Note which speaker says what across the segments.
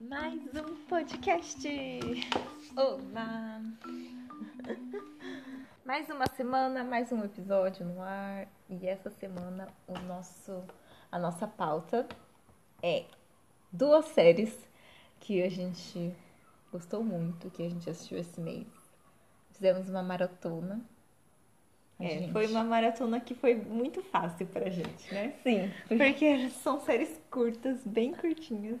Speaker 1: mais um podcast. Olá. Mais uma semana, mais um episódio no ar. E essa semana o nosso a nossa pauta é duas séries que a gente gostou muito, que a gente assistiu esse mês. Fizemos uma maratona. A
Speaker 2: É,
Speaker 1: gente-
Speaker 2: foi uma maratona que foi muito fácil pra gente, né?
Speaker 1: Sim, do,
Speaker 2: Porque são séries curtas, bem curtinhas,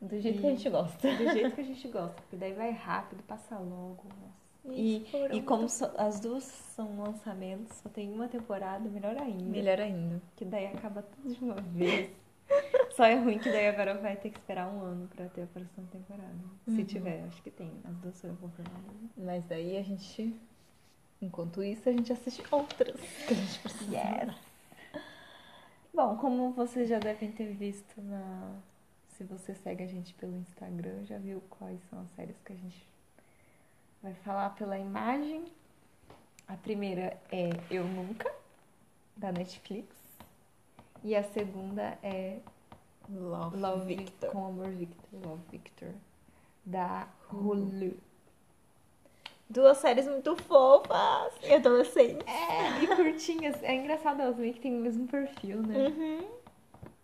Speaker 1: do jeito que a gente gosta.
Speaker 2: do jeito que a gente gosta. Porque daí vai rápido, passa logo. nossa. E,
Speaker 1: Eles foram
Speaker 2: e como só- as duas são lançamentos, só tem uma temporada, melhor ainda.
Speaker 1: Melhor ainda.
Speaker 2: Que daí acaba tudo de uma vez. Só é ruim que daí agora vai ter que esperar um ano pra ter a próxima temporada.
Speaker 1: Uhum.
Speaker 2: Se tiver, acho que tem. As duas foram confirmadas. né?
Speaker 1: Mas daí a gente, enquanto isso, a gente assiste outras que a gente precisa.
Speaker 2: Bom, como vocês já devem ter visto na. Se você segue a gente pelo Instagram, já viu quais são as séries que a gente vai falar pela imagem. A primeira é Eu Nunca, da Netflix. E a segunda é
Speaker 1: Love,
Speaker 2: Love
Speaker 1: Victor.
Speaker 2: com Amor Victor, Love Victor, da Hulu.
Speaker 1: Duas séries muito fofas e adolescentes.
Speaker 2: E curtinhas, é engraçado, elas meio que têm o mesmo perfil, né?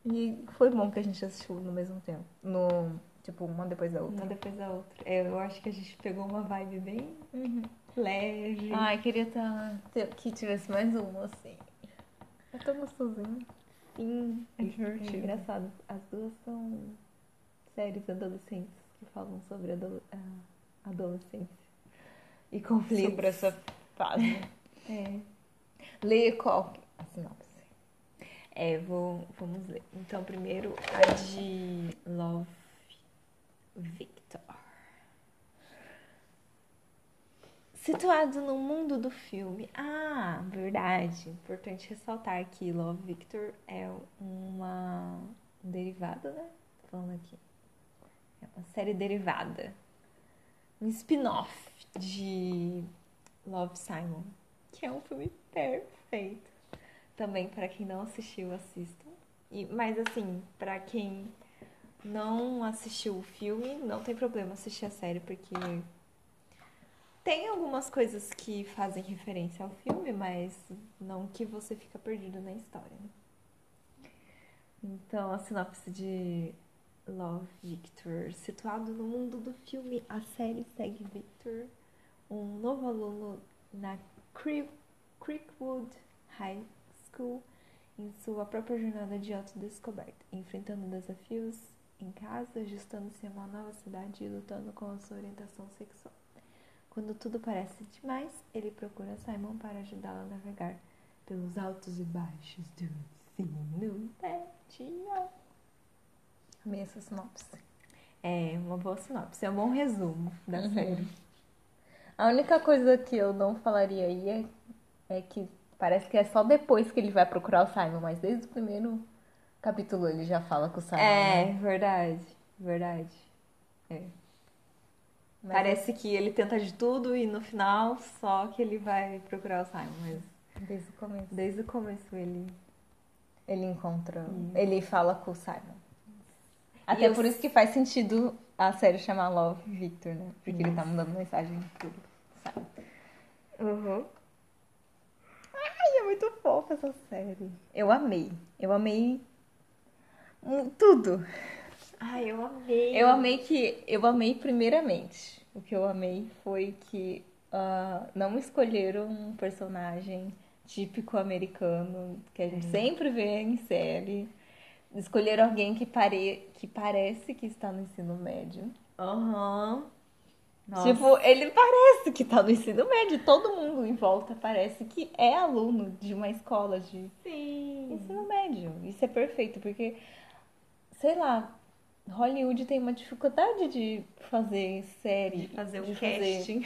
Speaker 1: E foi bom que a gente assistiu no mesmo tempo. No, tipo, uma depois da outra.
Speaker 2: Uma depois da outra. É, eu acho que a gente pegou uma vibe bem leve.
Speaker 1: Uhum. Ai, queria tá, ter- que tivesse mais uma, assim. É tão gostosinho.
Speaker 2: Sim,
Speaker 1: É
Speaker 2: é
Speaker 1: divertido.
Speaker 2: engraçado. As duas são séries adolescentes que falam sobre adol a adolescência e conflitos.
Speaker 1: Sobre essa fase.
Speaker 2: É.
Speaker 1: Leia qual? A sinopse.
Speaker 2: É, vou, vamos ler. Então, primeiro a de Love Victor. Situado no mundo do filme. Ah, verdade. Importante ressaltar que Love Victor é uma derivada, né? Tô falando aqui. É uma série derivada. Um spin-off de Love Simon, que é um filme perfeito. Também para quem não assistiu, assistam. E, mas assim, para quem não assistiu o filme, não tem problema assistir a série, porque tem algumas coisas que fazem referência ao filme, mas não que você fica perdido na história. né? Então, a sinopse de Love Victor, situado no mundo do filme, a série segue Victor, um novo aluno na Cre- Creekwood High School em sua própria jornada de autodescoberta, enfrentando desafios em casa, ajustando-se a uma nova cidade e lutando com a sua orientação sexual. Quando tudo parece demais, ele procura Simon para ajudá-lo a navegar pelos altos e baixos do ensino médio.
Speaker 1: Amei essa sinopse.
Speaker 2: É uma boa sinopse, é um bom resumo da
Speaker 1: Uhum.
Speaker 2: série.
Speaker 1: A única coisa que eu não falaria aí é, é que parece que é só depois que ele vai procurar o Simon, mas desde o primeiro capítulo ele já fala com o Simon. né?
Speaker 2: É, verdade, verdade.
Speaker 1: Mas é
Speaker 2: Parece que ele tenta de tudo e no final só que ele vai procurar o Simon, mas
Speaker 1: Desde o começo.
Speaker 2: desde o começo ele.
Speaker 1: Ele encontra. Ele fala com o Simon. Até
Speaker 2: E eu-
Speaker 1: por isso que faz sentido a série chamar Love Victor, né? Porque ele tá mandando mensagem pro Simon.
Speaker 2: Uhum.
Speaker 1: Ai, é muito fofa essa série. Eu amei. Eu amei hum, tudo.
Speaker 2: Ai, eu amei.
Speaker 1: Eu amei que. Eu amei primeiramente. O que eu amei foi que ah, não escolheram um personagem típico americano que a gente sempre vê em série. Escolheram alguém que, pare... que parece que está no ensino médio.
Speaker 2: Aham.
Speaker 1: Tipo, ele parece que está no ensino médio. Todo mundo em volta parece que é aluno de uma escola de
Speaker 2: sim.
Speaker 1: Ensino médio. Isso é perfeito, porque, sei lá, Hollywood tem uma dificuldade de fazer série,
Speaker 2: De fazer
Speaker 1: de
Speaker 2: um
Speaker 1: fazer
Speaker 2: casting.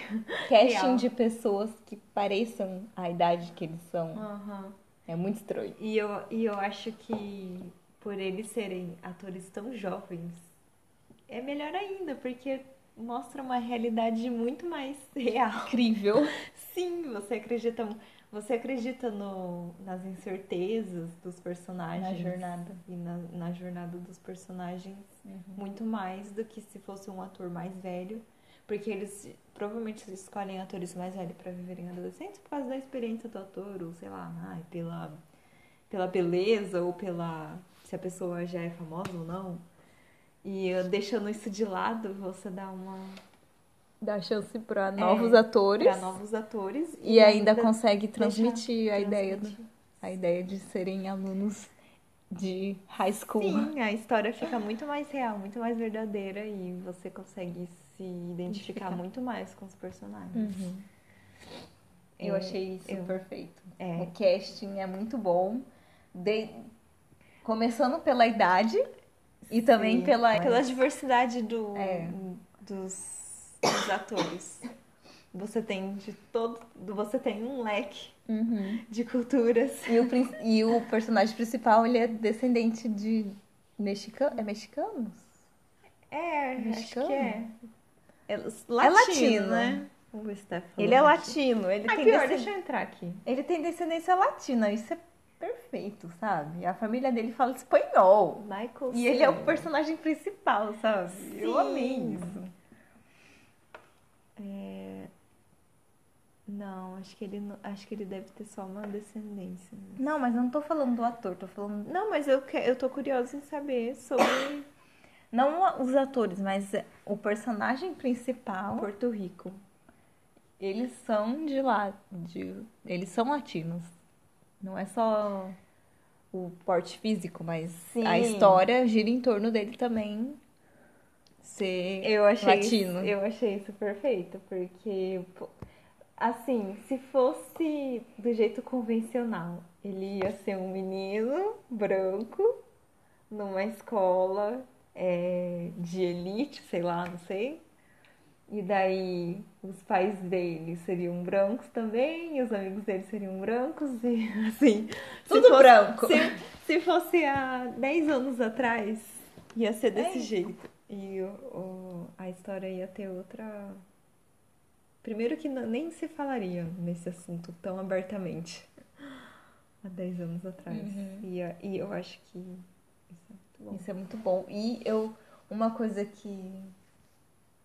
Speaker 1: casting
Speaker 2: real.
Speaker 1: de pessoas que pareçam a idade que eles são.
Speaker 2: Aham.
Speaker 1: É muito estranho.
Speaker 2: E, eu, e eu acho que por eles serem atores tão jovens, é melhor ainda, porque mostra uma realidade muito mais real.
Speaker 1: Incrível.
Speaker 2: Sim, você acredita. mu- Você acredita no, nas incertezas dos personagens?
Speaker 1: Na jornada.
Speaker 2: E na, na jornada dos personagens muito mais do que se fosse um ator mais velho. Porque eles provavelmente escolhem atores mais velhos para viverem adolescentes por causa da experiência do ator, ou sei lá, ai, pela, pela beleza, ou pela. se a pessoa já é famosa ou não. E eh, deixando isso de lado, você dá uma.
Speaker 1: Dá chance É, pra
Speaker 2: novos
Speaker 1: novos atores.
Speaker 2: para novos atores.
Speaker 1: E ainda consegue transmitir
Speaker 2: deixar
Speaker 1: a ideia, do-
Speaker 2: transmitir.
Speaker 1: a ideia de serem alunos de high school.
Speaker 2: Sim, a história fica muito mais real, muito mais verdadeira e você consegue se identificar
Speaker 1: Identificar. Uhum.
Speaker 2: muito mais com os personagens.
Speaker 1: Eu
Speaker 2: É,
Speaker 1: achei isso
Speaker 2: eu-
Speaker 1: perfeito.
Speaker 2: É.
Speaker 1: O casting é muito bom. De- Começando pela idade e também
Speaker 2: Sim,
Speaker 1: pela.
Speaker 2: pela diversidade do,
Speaker 1: É.
Speaker 2: dos, dos atores. Você tem de todo, do- você tem um leque
Speaker 1: Uhum.
Speaker 2: de culturas.
Speaker 1: E, o, prin- e o personagem principal, ele é descendente de mexicano. É mexicano?
Speaker 2: É,
Speaker 1: Mexicano?
Speaker 2: acho que é. É latino,
Speaker 1: latino.
Speaker 2: né? Vamos ver se tá falando
Speaker 1: Ele é
Speaker 2: aqui.
Speaker 1: latino. Ele
Speaker 2: Ah,
Speaker 1: tem
Speaker 2: pior,
Speaker 1: descend-
Speaker 2: deixa eu entrar aqui.
Speaker 1: Ele tem descendência latina, isso é perfeito, sabe? A família dele fala espanhol.
Speaker 2: Michael
Speaker 1: E ele é
Speaker 2: Cera.
Speaker 1: o personagem principal, sabe? Eu amei
Speaker 2: Sim.
Speaker 1: isso.
Speaker 2: É, Não, acho que ele não- acho que ele deve ter só uma descendência. né?
Speaker 1: Não, mas eu não tô falando do ator, tô falando.
Speaker 2: Não, mas eu que, eu tô curiosa em saber sobre
Speaker 1: Não os atores, mas o personagem principal.
Speaker 2: Porto Rico.
Speaker 1: Eles são de lá. De, eles são latinos. Não é só o porte físico, mas
Speaker 2: Sim.
Speaker 1: a história gira em torno dele também ser
Speaker 2: Eu achei
Speaker 1: latino.
Speaker 2: Isso, eu achei isso perfeito, porque pô, assim, se fosse do jeito convencional, ele ia ser um menino branco numa escola é, de elite, sei lá, não sei. E daí os pais dele seriam brancos também, e os amigos dele seriam brancos, e assim. se
Speaker 1: Tudo
Speaker 2: fosse-
Speaker 1: branco.
Speaker 2: Se, se fosse há 10 anos atrás, ia ser desse
Speaker 1: É.
Speaker 2: jeito. E o- o- a história ia ter outra. Primeiro que n- nem se falaria nesse assunto tão abertamente há 10 anos atrás. E, a- e eu acho que isso é muito bom.
Speaker 1: Uhum. Isso é muito bom. E eu, uma coisa que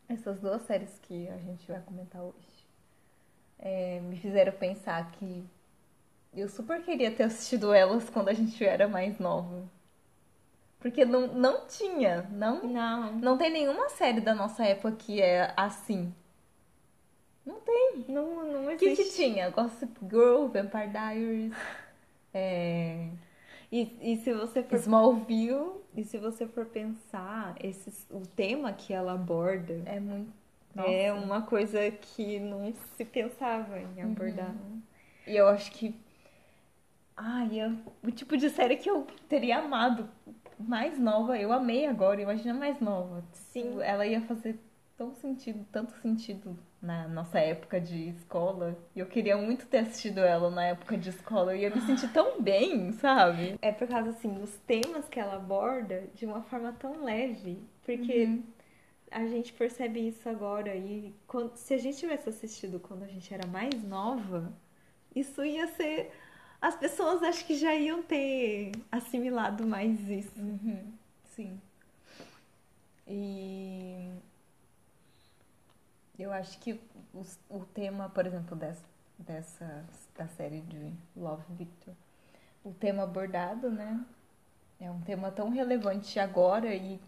Speaker 1: essas duas séries que a gente vai comentar hoje é, me fizeram pensar que eu super queria ter assistido elas quando a gente era mais nova. Porque não, não tinha, não,
Speaker 2: Não,
Speaker 1: não tem nenhuma série da nossa época que é assim. Não tem.
Speaker 2: não, não
Speaker 1: O que, que
Speaker 2: existe.
Speaker 1: tinha? Gossip Girl, Vampire Diaries, é,
Speaker 2: E, e se você for
Speaker 1: Smallville.
Speaker 2: e se você for pensar, esses, o tema que ela aborda
Speaker 1: É muito.
Speaker 2: é
Speaker 1: Nossa.
Speaker 2: uma coisa que não se pensava em abordar.
Speaker 1: E eu acho que. Ai, eu- o tipo de série que eu teria amado mais nova, eu amei agora, imagina mais nova.
Speaker 2: Sim.
Speaker 1: Ela ia fazer tão sentido, tanto sentido na nossa época de escola. E eu queria muito ter assistido ela na época de escola. Eu ia me sentir tão bem, sabe?
Speaker 2: É por causa, assim, dos temas que ela aborda de uma forma tão leve. Porque
Speaker 1: Uhum.
Speaker 2: a gente percebe isso agora. E quando- se a gente tivesse assistido quando a gente era mais nova, isso ia ser. As pessoas acho que já iam ter assimilado mais isso.
Speaker 1: Uhum. Sim. E eu acho que os- o tema, por exemplo, dessa, dessa da série de Love Victor, o tema abordado, né? É um tema tão relevante agora e,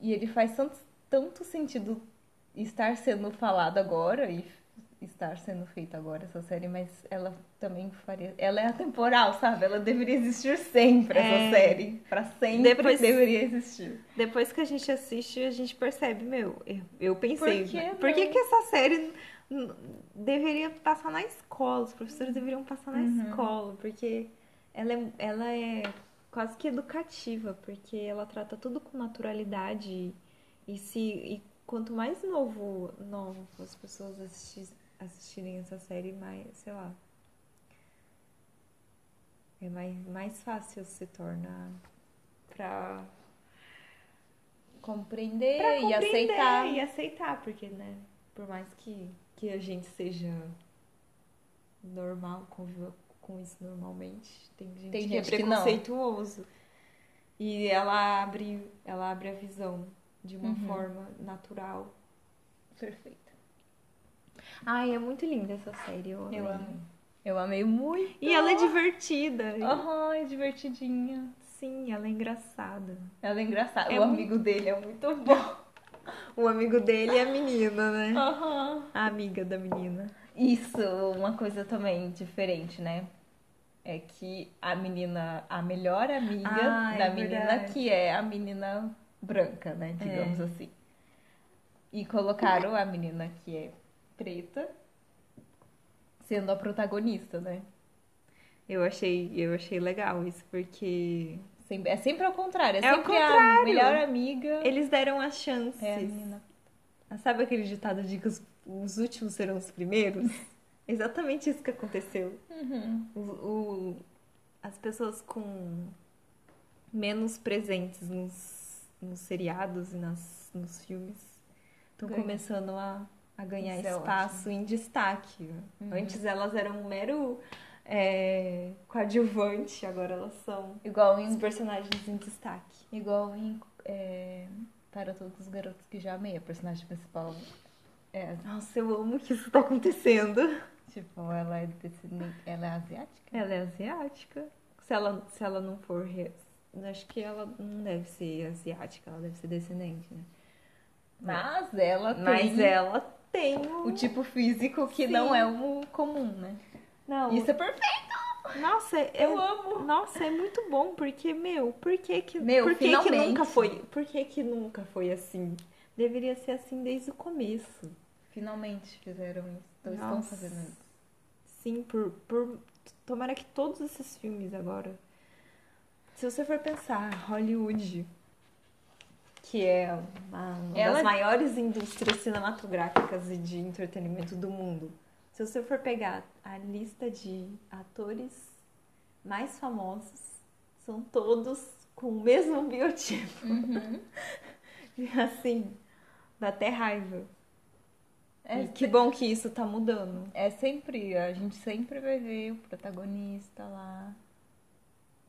Speaker 1: e ele faz tanto, tanto sentido estar sendo falado agora e estar sendo feita agora essa série, mas ela também faria. Ela é atemporal, sabe? Ela deveria existir sempre,
Speaker 2: É.
Speaker 1: essa série. Pra sempre
Speaker 2: Depois-
Speaker 1: deveria existir.
Speaker 2: Depois que a gente assiste, a gente percebe, meu, eu, eu pensei,
Speaker 1: Por que
Speaker 2: por que,
Speaker 1: não?
Speaker 2: que essa série n- deveria passar na escola? Os professores deveriam passar na
Speaker 1: Uhum.
Speaker 2: escola, porque ela é, ela é quase que educativa, porque ela trata tudo com naturalidade e se e quanto mais novo, novo as pessoas assisti- assistirem essa série, mais, sei lá, é mais, mais fácil se torna pra
Speaker 1: Compreender
Speaker 2: pra
Speaker 1: e
Speaker 2: compreender
Speaker 1: aceitar.
Speaker 2: E aceitar, porque, né? Por mais que, que a gente seja normal, conviva com isso normalmente. Tem gente,
Speaker 1: Tem
Speaker 2: que é
Speaker 1: gente que não.
Speaker 2: preconceituoso. E ela abre, ela abre a visão de uma
Speaker 1: Uhum.
Speaker 2: forma natural.
Speaker 1: Perfeito. Ai, é muito linda essa série. Eu amei.
Speaker 2: Eu amo.
Speaker 1: Eu amei muito.
Speaker 2: E ela é divertida.
Speaker 1: Aham, é divertidinha.
Speaker 2: Sim, ela é engraçada.
Speaker 1: Ela é engraçada.
Speaker 2: É
Speaker 1: o
Speaker 2: mu-
Speaker 1: amigo dele é muito bom.
Speaker 2: O amigo dele é a menina, né?
Speaker 1: Aham.
Speaker 2: A amiga da menina.
Speaker 1: Isso, uma coisa também diferente, né? É que a menina, a melhor amiga
Speaker 2: Ah, é
Speaker 1: da menina,
Speaker 2: verdade. É.
Speaker 1: que é a menina branca, né? Digamos assim. E colocaram a menina que é preta sendo a protagonista, né?
Speaker 2: Eu achei, eu achei legal isso, porque
Speaker 1: Sem- É sempre ao contrário, é
Speaker 2: É ao
Speaker 1: sempre a
Speaker 2: contrário.
Speaker 1: melhor amiga
Speaker 2: eles deram as chances. Ah,
Speaker 1: é a menina.
Speaker 2: Sabe aquele ditado de que os, os últimos serão os primeiros? Exatamente isso que aconteceu.
Speaker 1: Uhum.
Speaker 2: O, o- as pessoas com menos presentes nos, nos seriados e nas, nos filmes estão
Speaker 1: Ganham.
Speaker 2: começando a, a ganhar
Speaker 1: Isso é Uhum.
Speaker 2: espaço em destaque. Antes elas eram um mero é, coadjuvante, agora elas são
Speaker 1: Igual
Speaker 2: os
Speaker 1: em,
Speaker 2: personagens em destaque.
Speaker 1: igual em é, Para Todos os Garotos que Já Amei, a personagem principal é
Speaker 2: Nossa, eu amo que isso tá acontecendo.
Speaker 1: Tipo, ela é desse, ni- ela é asiática?
Speaker 2: Ela é asiática. Se ela, se ela não for. re- Acho que ela não deve ser asiática, ela deve ser descendente, né?
Speaker 1: Mas ela
Speaker 2: Mas
Speaker 1: tem
Speaker 2: ela tem. um o-
Speaker 1: o tipo físico que
Speaker 2: Sim.
Speaker 1: não é o comum, né?
Speaker 2: Não,
Speaker 1: Isso é perfeito,
Speaker 2: nossa,
Speaker 1: eu
Speaker 2: eu
Speaker 1: amo.
Speaker 2: Nossa, é muito bom, porque, meu, por que que,
Speaker 1: Meu,
Speaker 2: por que, que
Speaker 1: finalmente.
Speaker 2: nunca foi. Por que, que nunca foi assim? Deveria ser assim desde o começo.
Speaker 1: Finalmente fizeram isso. Então, estão
Speaker 2: Nossa.
Speaker 1: fazendo isso.
Speaker 2: Sim, por, por. Tomara que todos esses filmes agora. Se você for pensar, Hollywood, que é uma, uma
Speaker 1: Ela-
Speaker 2: das maiores indústrias cinematográficas e de entretenimento do mundo. Se você for pegar a lista de atores mais famosos, são todos com o mesmo biotipo.
Speaker 1: Uhum.
Speaker 2: assim, dá até raiva.
Speaker 1: É,
Speaker 2: e que bom que isso tá mudando.
Speaker 1: é sempre, a gente sempre vai ver o protagonista lá,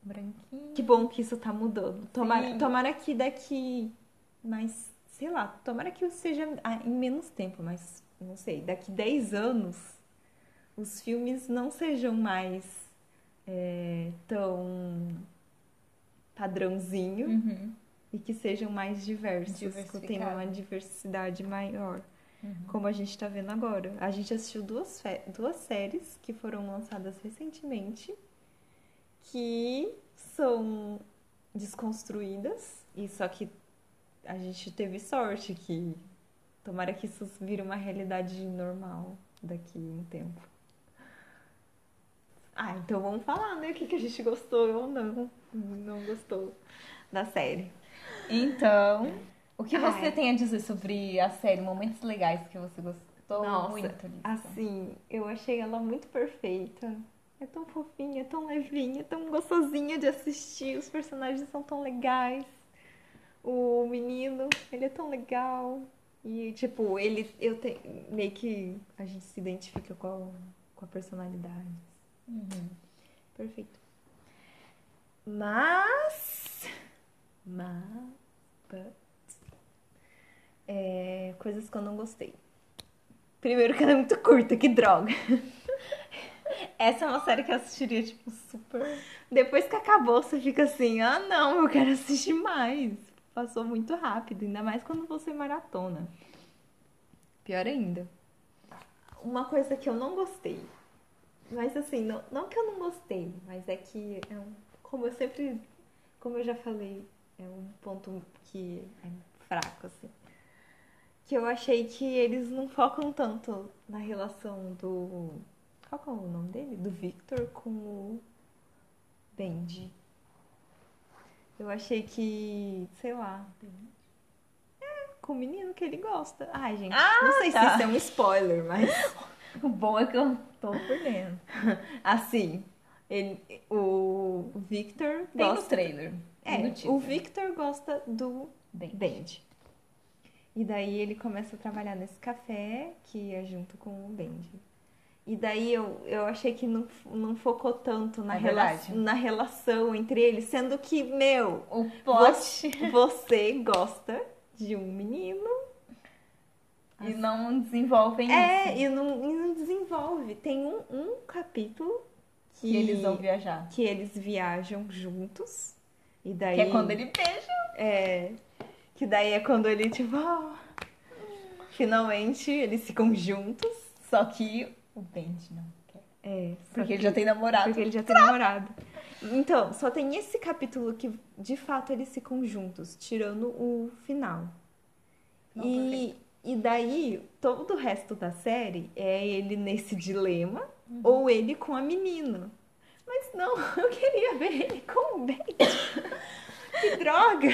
Speaker 1: branquinho.
Speaker 2: Que bom que isso tá mudando. Tomara,
Speaker 1: Sim.
Speaker 2: tomara que daqui mais, sei lá, tomara que seja ah, em menos tempo, mas não sei, daqui 10 anos os filmes não sejam mais é, tão padrãozinho
Speaker 1: Uhum.
Speaker 2: e que sejam mais diversos, que tenham uma
Speaker 1: Diversificado.
Speaker 2: diversidade maior,
Speaker 1: uhum.
Speaker 2: como a gente tá vendo agora. A gente assistiu duas, fe- duas séries que foram lançadas recentemente, que são desconstruídas, e só que a gente teve sorte que tomara que isso vire uma realidade normal daqui a um tempo. Ah, então vamos falar, né? O que, que a gente gostou ou não, não gostou da série.
Speaker 1: Então, o que você
Speaker 2: Ai.
Speaker 1: tem a dizer sobre a série? Momentos legais que você gostou
Speaker 2: Nossa,
Speaker 1: muito, Então. Lisa?
Speaker 2: Assim, eu achei ela muito perfeita. É tão fofinha, é tão levinha, é tão gostosinha de assistir. Os personagens são tão legais. O menino, ele é tão legal. E, tipo, ele, eu tenho. Meio que a gente se identifica com a, com a personalidade.
Speaker 1: Uhum.
Speaker 2: Perfeito. Mas. Mas. but, é, coisas que eu não gostei. Primeiro que ela é muito curta, que droga.
Speaker 1: Essa é uma série que eu assistiria, tipo, super...
Speaker 2: Depois que acabou, você fica assim, ah não, eu quero assistir mais. Passou muito rápido, ainda mais quando você maratona. Pior ainda. Uma coisa que eu não gostei. Mas assim, não, não que eu não gostei, mas é que é um, como eu sempre, como eu já falei, é um ponto que é fraco, assim. Que eu achei que eles não focam tanto na relação do. Qual que é o nome dele? Do Victor com o Bendy. Eu achei que, sei lá. É, com o menino que ele gosta. Ai, gente, não sei se
Speaker 1: tá.
Speaker 2: isso é um spoiler, mas.
Speaker 1: O bom é que eu tô por dentro.
Speaker 2: Assim, ele, o Victor
Speaker 1: Tem no
Speaker 2: gosta.
Speaker 1: trailer.
Speaker 2: É,
Speaker 1: no
Speaker 2: o
Speaker 1: título.
Speaker 2: Victor gosta do
Speaker 1: Bem.
Speaker 2: Bendy. E daí ele começa a trabalhar nesse café que é junto com o Bendy. E daí eu, eu achei que não, não focou tanto na,
Speaker 1: É
Speaker 2: rela-
Speaker 1: verdade.
Speaker 2: na relação entre eles, sendo que, meu,
Speaker 1: O plot
Speaker 2: você gosta de um menino.
Speaker 1: e não desenvolvem
Speaker 2: É,
Speaker 1: isso.
Speaker 2: e não, e não desenvolve. Tem um, um capítulo que,
Speaker 1: Que eles vão viajar.
Speaker 2: que eles viajam juntos. E daí.
Speaker 1: Que é quando ele beija.
Speaker 2: É. Que daí é quando ele, tipo, ah, finalmente eles ficam juntos.
Speaker 1: Só que o Bendy não quer.
Speaker 2: É.
Speaker 1: Porque ele já tem namorado.
Speaker 2: Porque ele já tem namorado. Então, só tem esse capítulo que de fato eles ficam juntos, tirando o final.
Speaker 1: Não,
Speaker 2: e, e daí, todo o resto da série é ele nesse dilema, ou ele com a menina. Mas não, eu queria ver ele com o Ben. que droga!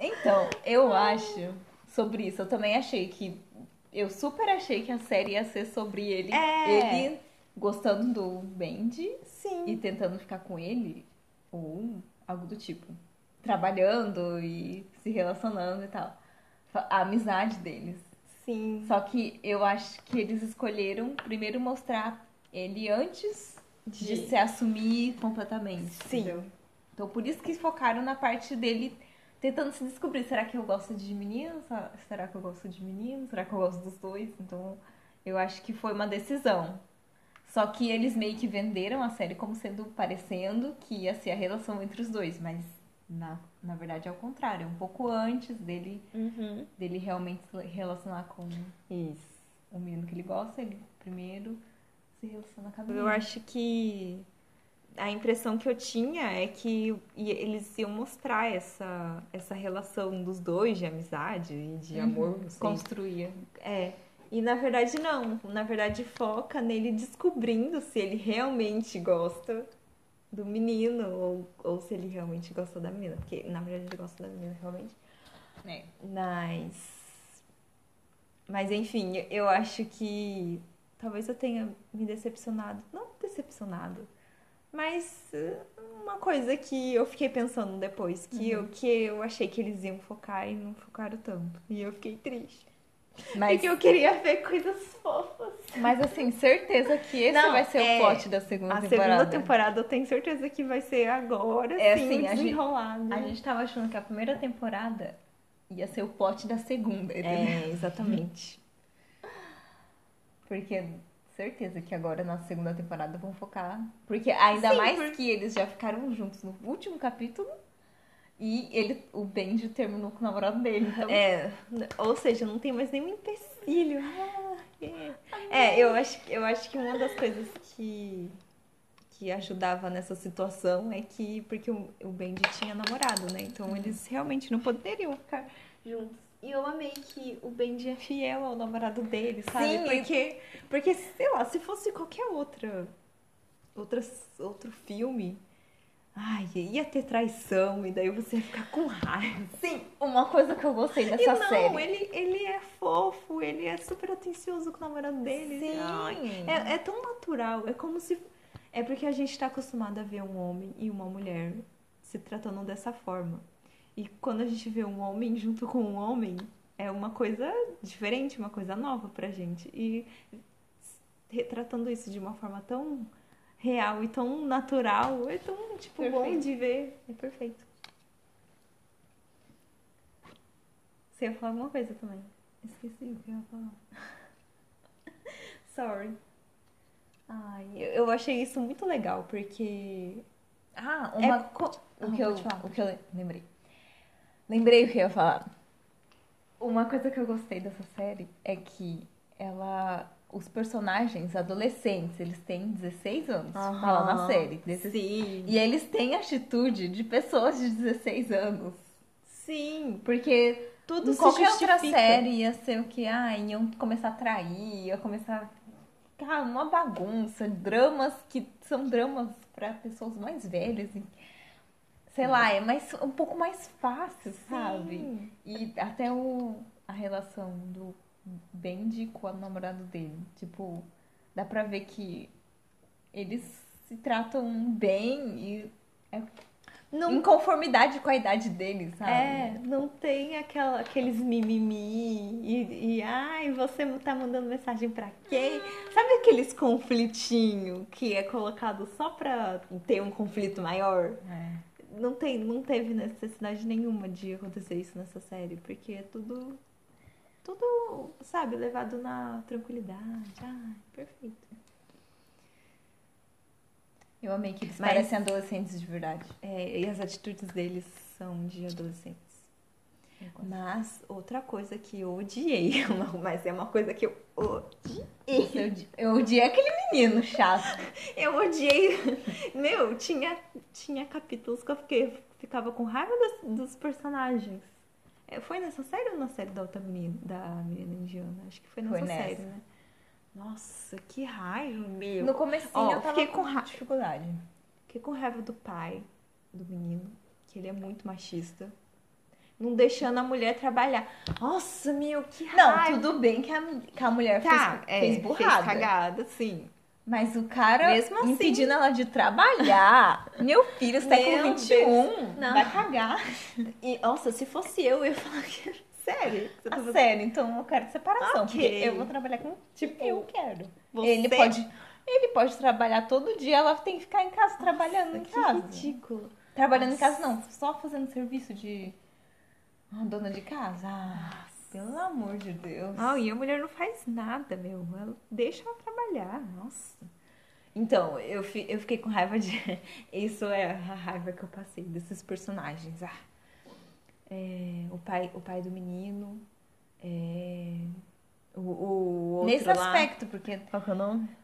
Speaker 1: Então, eu acho sobre isso. Eu também achei que. Eu super achei que a série ia ser sobre ele.
Speaker 2: É.
Speaker 1: Ele gostando do Bendy
Speaker 2: Sim.
Speaker 1: e tentando ficar com ele. Ou algo do tipo. Trabalhando e se relacionando e tal. A amizade deles.
Speaker 2: Sim.
Speaker 1: Só que eu acho que eles escolheram primeiro mostrar ele antes de,
Speaker 2: De-
Speaker 1: se assumir completamente.
Speaker 2: Sim.
Speaker 1: entendeu? Então por isso que focaram na parte dele tentando se descobrir. Será que eu gosto de menino? Sa- Será que eu gosto de menino? Será que eu gosto dos dois? Então eu acho que foi uma decisão. Só que eles meio que venderam a série como sendo parecendo que ia ser a relação entre os dois, mas na, na verdade é o contrário, é um pouco antes dele
Speaker 2: Uhum.
Speaker 1: dele realmente se relacionar com
Speaker 2: Isso.
Speaker 1: o menino que ele gosta, ele primeiro se relaciona com a
Speaker 2: Eu
Speaker 1: menina.
Speaker 2: acho que a impressão que eu tinha é que i- eles iam mostrar essa, essa relação dos dois de amizade e de
Speaker 1: Uhum.
Speaker 2: amor. não sei.
Speaker 1: Construía.
Speaker 2: É. E na verdade não. Na verdade foca nele descobrindo se ele realmente gosta do menino ou, ou se ele realmente gosta da menina. Porque na verdade ele gosta da menina realmente.
Speaker 1: É.
Speaker 2: Mas. Mas enfim, eu- eu acho que talvez eu tenha me decepcionado. Não decepcionado, mas eh, uma coisa que eu fiquei pensando depois, que, eu, que eu achei que eles iam focar e não focaram tanto. E eu fiquei triste.
Speaker 1: Mas,
Speaker 2: Porque eu queria ver coisas fofas.
Speaker 1: mas assim, certeza que esse
Speaker 2: Não,
Speaker 1: vai ser
Speaker 2: é.
Speaker 1: o plot da segunda
Speaker 2: A
Speaker 1: temporada.
Speaker 2: segunda temporada eu tenho certeza que vai ser agora,
Speaker 1: É,
Speaker 2: sim,
Speaker 1: assim, a gente-
Speaker 2: desenrolada.
Speaker 1: A gente tava achando que a primeira temporada ia ser o plot da segunda, entendeu?
Speaker 2: É, exatamente.
Speaker 1: Porque certeza que agora na segunda temporada vão focar. Porque ainda
Speaker 2: Sim,
Speaker 1: mais que eles já ficaram juntos no último capítulo. E ele, o Benji terminou com o namorado dele. Então,
Speaker 2: É, ou seja, não tem mais nenhum empecilho. Ah, é. É, eu acho, que- eu acho que uma das coisas que, que ajudava nessa situação é que, porque o, o Bendy tinha namorado, né? Então eles realmente não poderiam ficar juntos. E eu amei que o Bendy é fiel ao namorado dele, sabe?
Speaker 1: Sim, e-
Speaker 2: porque, porque, sei lá, se fosse qualquer outra, outra outro filme, ai, ia ter traição e daí você ia ficar com raiva.
Speaker 1: sim, uma coisa que eu gostei
Speaker 2: E
Speaker 1: dessa
Speaker 2: não,
Speaker 1: série.
Speaker 2: Ele, ele é fofo, ele é super atencioso com o namorado dele.
Speaker 1: Sim.
Speaker 2: Ai, É, é tão natural, é como se. É porque a gente tá acostumado a ver um homem e uma mulher se tratando dessa forma. E quando a gente vê um homem junto com um homem, é uma coisa diferente, uma coisa nova pra gente. E retratando isso de uma forma tão real e tão natural, é tão, tipo, bom
Speaker 1: Perfeito.
Speaker 2: de ver. É perfeito. Você ia falar alguma coisa também? Esqueci o que eu ia falar. Sorry. Ai, eu eu achei isso muito legal, porque.
Speaker 1: Ah,
Speaker 2: é
Speaker 1: uma
Speaker 2: co-
Speaker 1: O que, eu,
Speaker 2: pode falar.
Speaker 1: o que eu lembrei. Lembrei o que eu ia falar. Uma coisa que eu gostei dessa série é que ela. Os personagens adolescentes, eles têm 16 anos,
Speaker 2: Aham.
Speaker 1: tá lá na série. 16.
Speaker 2: Sim.
Speaker 1: E eles têm atitude de pessoas de 16 anos.
Speaker 2: Sim.
Speaker 1: Porque
Speaker 2: Tudo
Speaker 1: em
Speaker 2: se
Speaker 1: qualquer outra
Speaker 2: justifica.
Speaker 1: série ia ser o que? Ah, iam começar a trair, ia começar a ficar uma bagunça, dramas que são dramas pra pessoas mais velhas. e- Sei lá, é mais, um pouco mais fácil, sabe?
Speaker 2: Sim.
Speaker 1: E até o, a relação do Bendy com o namorado dele. Tipo, dá pra ver que eles se tratam bem e
Speaker 2: Não,
Speaker 1: Em conformidade com a idade dele, sabe?
Speaker 2: é, não tem aquela, aqueles mimimi e, e, ai, você tá mandando mensagem pra quem? Sabe aqueles conflitinho que é colocado só pra ter um conflito maior?
Speaker 1: É.
Speaker 2: Não, tem, não teve necessidade nenhuma de acontecer isso nessa série, porque é tudo, tudo, sabe, levado na tranquilidade. Ai, perfeito.
Speaker 1: Eu amei que eles
Speaker 2: Mas-
Speaker 1: parecem adolescentes de verdade.
Speaker 2: É, e as atitudes deles são de adolescentes. Mas outra coisa que eu odiei, uma- mas é uma coisa que eu odiei.
Speaker 1: Eu, odi- eu odiei aquele menino chato.
Speaker 2: Eu odiei. Meu, tinha, tinha capítulos que eu fiquei, ficava com raiva dos, dos personagens. É, Foi nessa série ou na série da outra menina, da menina indiana? Acho que foi nessa,
Speaker 1: Foi nessa.
Speaker 2: série, né? Nossa, que raiva, meu.
Speaker 1: No comecinho
Speaker 2: Ó,
Speaker 1: eu tava
Speaker 2: fiquei com ra-
Speaker 1: dificuldade.
Speaker 2: Fiquei com raiva do pai do menino, que ele é muito machista. Não deixando a mulher trabalhar. Nossa, meu, que
Speaker 1: Não,
Speaker 2: raiva.
Speaker 1: tudo bem que a, mu- que a mulher
Speaker 2: Tá,
Speaker 1: fez,
Speaker 2: é,
Speaker 1: fez burrada.
Speaker 2: cagada, sim.
Speaker 1: mas o cara
Speaker 2: Mesmo assim-
Speaker 1: impedindo ela de trabalhar. Meu filho, tá
Speaker 2: Meu
Speaker 1: século
Speaker 2: Deus.
Speaker 1: XXI.
Speaker 2: Não.
Speaker 1: um? Vai cagar.
Speaker 2: E, nossa, se fosse eu, eu ia falar que... Sério? Você tá
Speaker 1: Ah, sério, então eu quero separação.
Speaker 2: Ok.
Speaker 1: Porque eu vou trabalhar com. Tipo, eu quero.
Speaker 2: Você-
Speaker 1: Ele pode. Ele pode trabalhar todo dia, ela tem que ficar em casa trabalhando em
Speaker 2: Que
Speaker 1: casa.
Speaker 2: ridículo.
Speaker 1: Trabalhando em casa não, só fazendo serviço de ah, dona de casa. Ah, pelo amor de Deus.
Speaker 2: Não, Ah, e a mulher não faz nada, meu. Ela deixa ela trabalhar, nossa. Então, eu, fi- eu fiquei com raiva de. Isso é a raiva que eu passei desses personagens. Ah. É, o, pai, o pai do menino. É, o, o outro
Speaker 1: Nesse
Speaker 2: lá. é
Speaker 1: aspecto, porque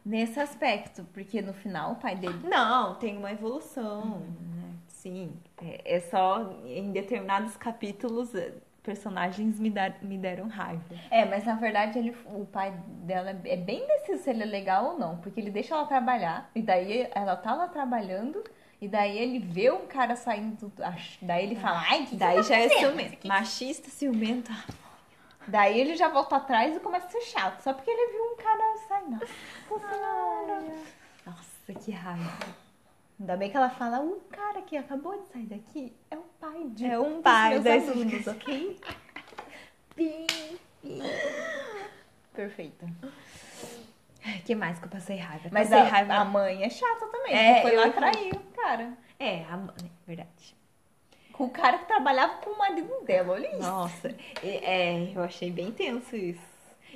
Speaker 1: nesse aspecto, porque no final o pai dele
Speaker 2: Não, tem uma evolução, né? Sim. É, é só em determinados capítulos eh, personagens me, dar, me deram raiva.
Speaker 1: É, mas na verdade ele, o pai dela é bem deciso se ele é legal ou não, porque ele deixa ela trabalhar e daí ela tá lá trabalhando e daí ele vê um cara saindo, do- ach- daí ele fala, ai, que
Speaker 2: Daí
Speaker 1: que tá
Speaker 2: já é
Speaker 1: acontecendo?
Speaker 2: ciumento. Machista, ciumento.
Speaker 1: Daí ele já volta atrás e começa a ser chato, só porque ele viu um cara sair. Nossa senhora.
Speaker 2: Ah, Nossa, que raiva.
Speaker 1: Ainda bem que ela fala, o cara que acabou de sair daqui é o pai de
Speaker 2: É um
Speaker 1: dos
Speaker 2: pai,
Speaker 1: meus
Speaker 2: daí você
Speaker 1: alunos,
Speaker 2: fica
Speaker 1: ok? Pim, pim. Perfeito.
Speaker 2: O que mais que eu passei raiva?
Speaker 1: Mas
Speaker 2: passei
Speaker 1: a,
Speaker 2: raiva.
Speaker 1: a mãe é chata também,
Speaker 2: É,
Speaker 1: porque foi lá
Speaker 2: eu-
Speaker 1: trair o cara.
Speaker 2: É, a mãe, verdade.
Speaker 1: Com o cara que trabalhava com o marido dela, olha isso.
Speaker 2: Nossa, e- é, eu achei bem tenso isso.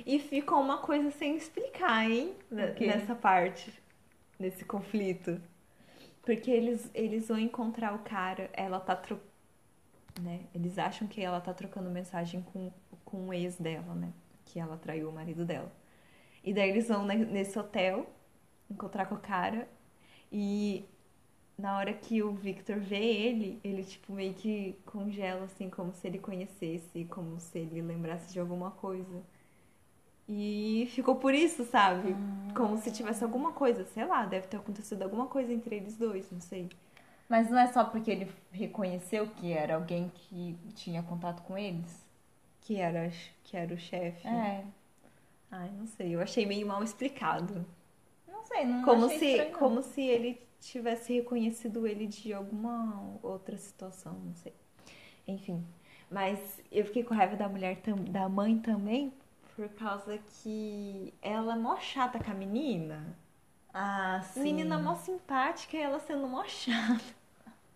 Speaker 2: E ficou uma coisa sem explicar, hein? Ne-
Speaker 1: O quê?
Speaker 2: Nessa parte, nesse conflito. Porque eles, eles vão encontrar o cara, ela tá tro... né? Eles acham que ela tá trocando mensagem com, com o ex dela, né? Que ela traiu o marido dela. E daí eles vão ne- nesse hotel encontrar com o cara e na hora que o Victor vê ele, ele tipo meio que congela assim, como se ele conhecesse, como se ele lembrasse de alguma coisa. E ficou por isso, sabe? Como se tivesse alguma coisa, sei lá, deve ter acontecido alguma coisa entre eles dois, não sei.
Speaker 1: Mas não é só porque ele reconheceu que era alguém que tinha contato com eles?
Speaker 2: Que era, que era o chefe.
Speaker 1: É.
Speaker 2: Ai, não sei, eu achei meio mal explicado.
Speaker 1: Não sei, não
Speaker 2: Como
Speaker 1: achei
Speaker 2: se,
Speaker 1: estranho, não.
Speaker 2: como se ele tivesse reconhecido ele de alguma outra situação, não sei. Enfim, mas eu fiquei com raiva da mulher tam, da mãe também, por causa que ela é mó chata com a menina.
Speaker 1: Ah, sim.
Speaker 2: Menina mó simpática e ela sendo mó chata.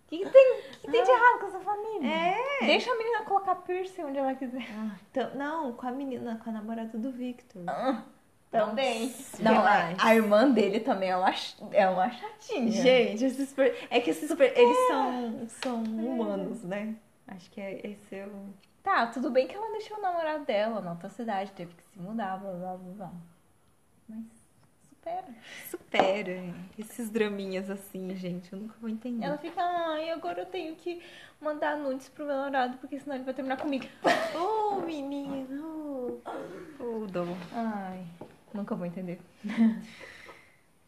Speaker 1: O que, que tem, o que que tem de errado com essa família?
Speaker 2: É.
Speaker 1: Deixa a menina colocar piercing onde ela quiser.
Speaker 2: Então, não, com a menina, com a namorada do Victor.
Speaker 1: Também.
Speaker 2: Nossa,
Speaker 1: Não, a,
Speaker 2: demais.
Speaker 1: a irmã dele também é uma, ch- é uma chatinha.
Speaker 2: Gente, esses per- é que esses per- eles são, são humanos, né? Acho que é, esse é o.
Speaker 1: Tá, tudo bem que ela deixou o namorado dela na outra cidade, teve que se mudar, blá blá blá blá. Mas supera.
Speaker 2: Supera esses draminhas assim, gente. Eu nunca vou entender.
Speaker 1: Ela fica, ai, agora eu tenho que mandar nudes pro meu namorado, porque senão ele vai terminar comigo.
Speaker 2: Oh, menino! Oh, dó. O
Speaker 1: Ai, nunca vou entender.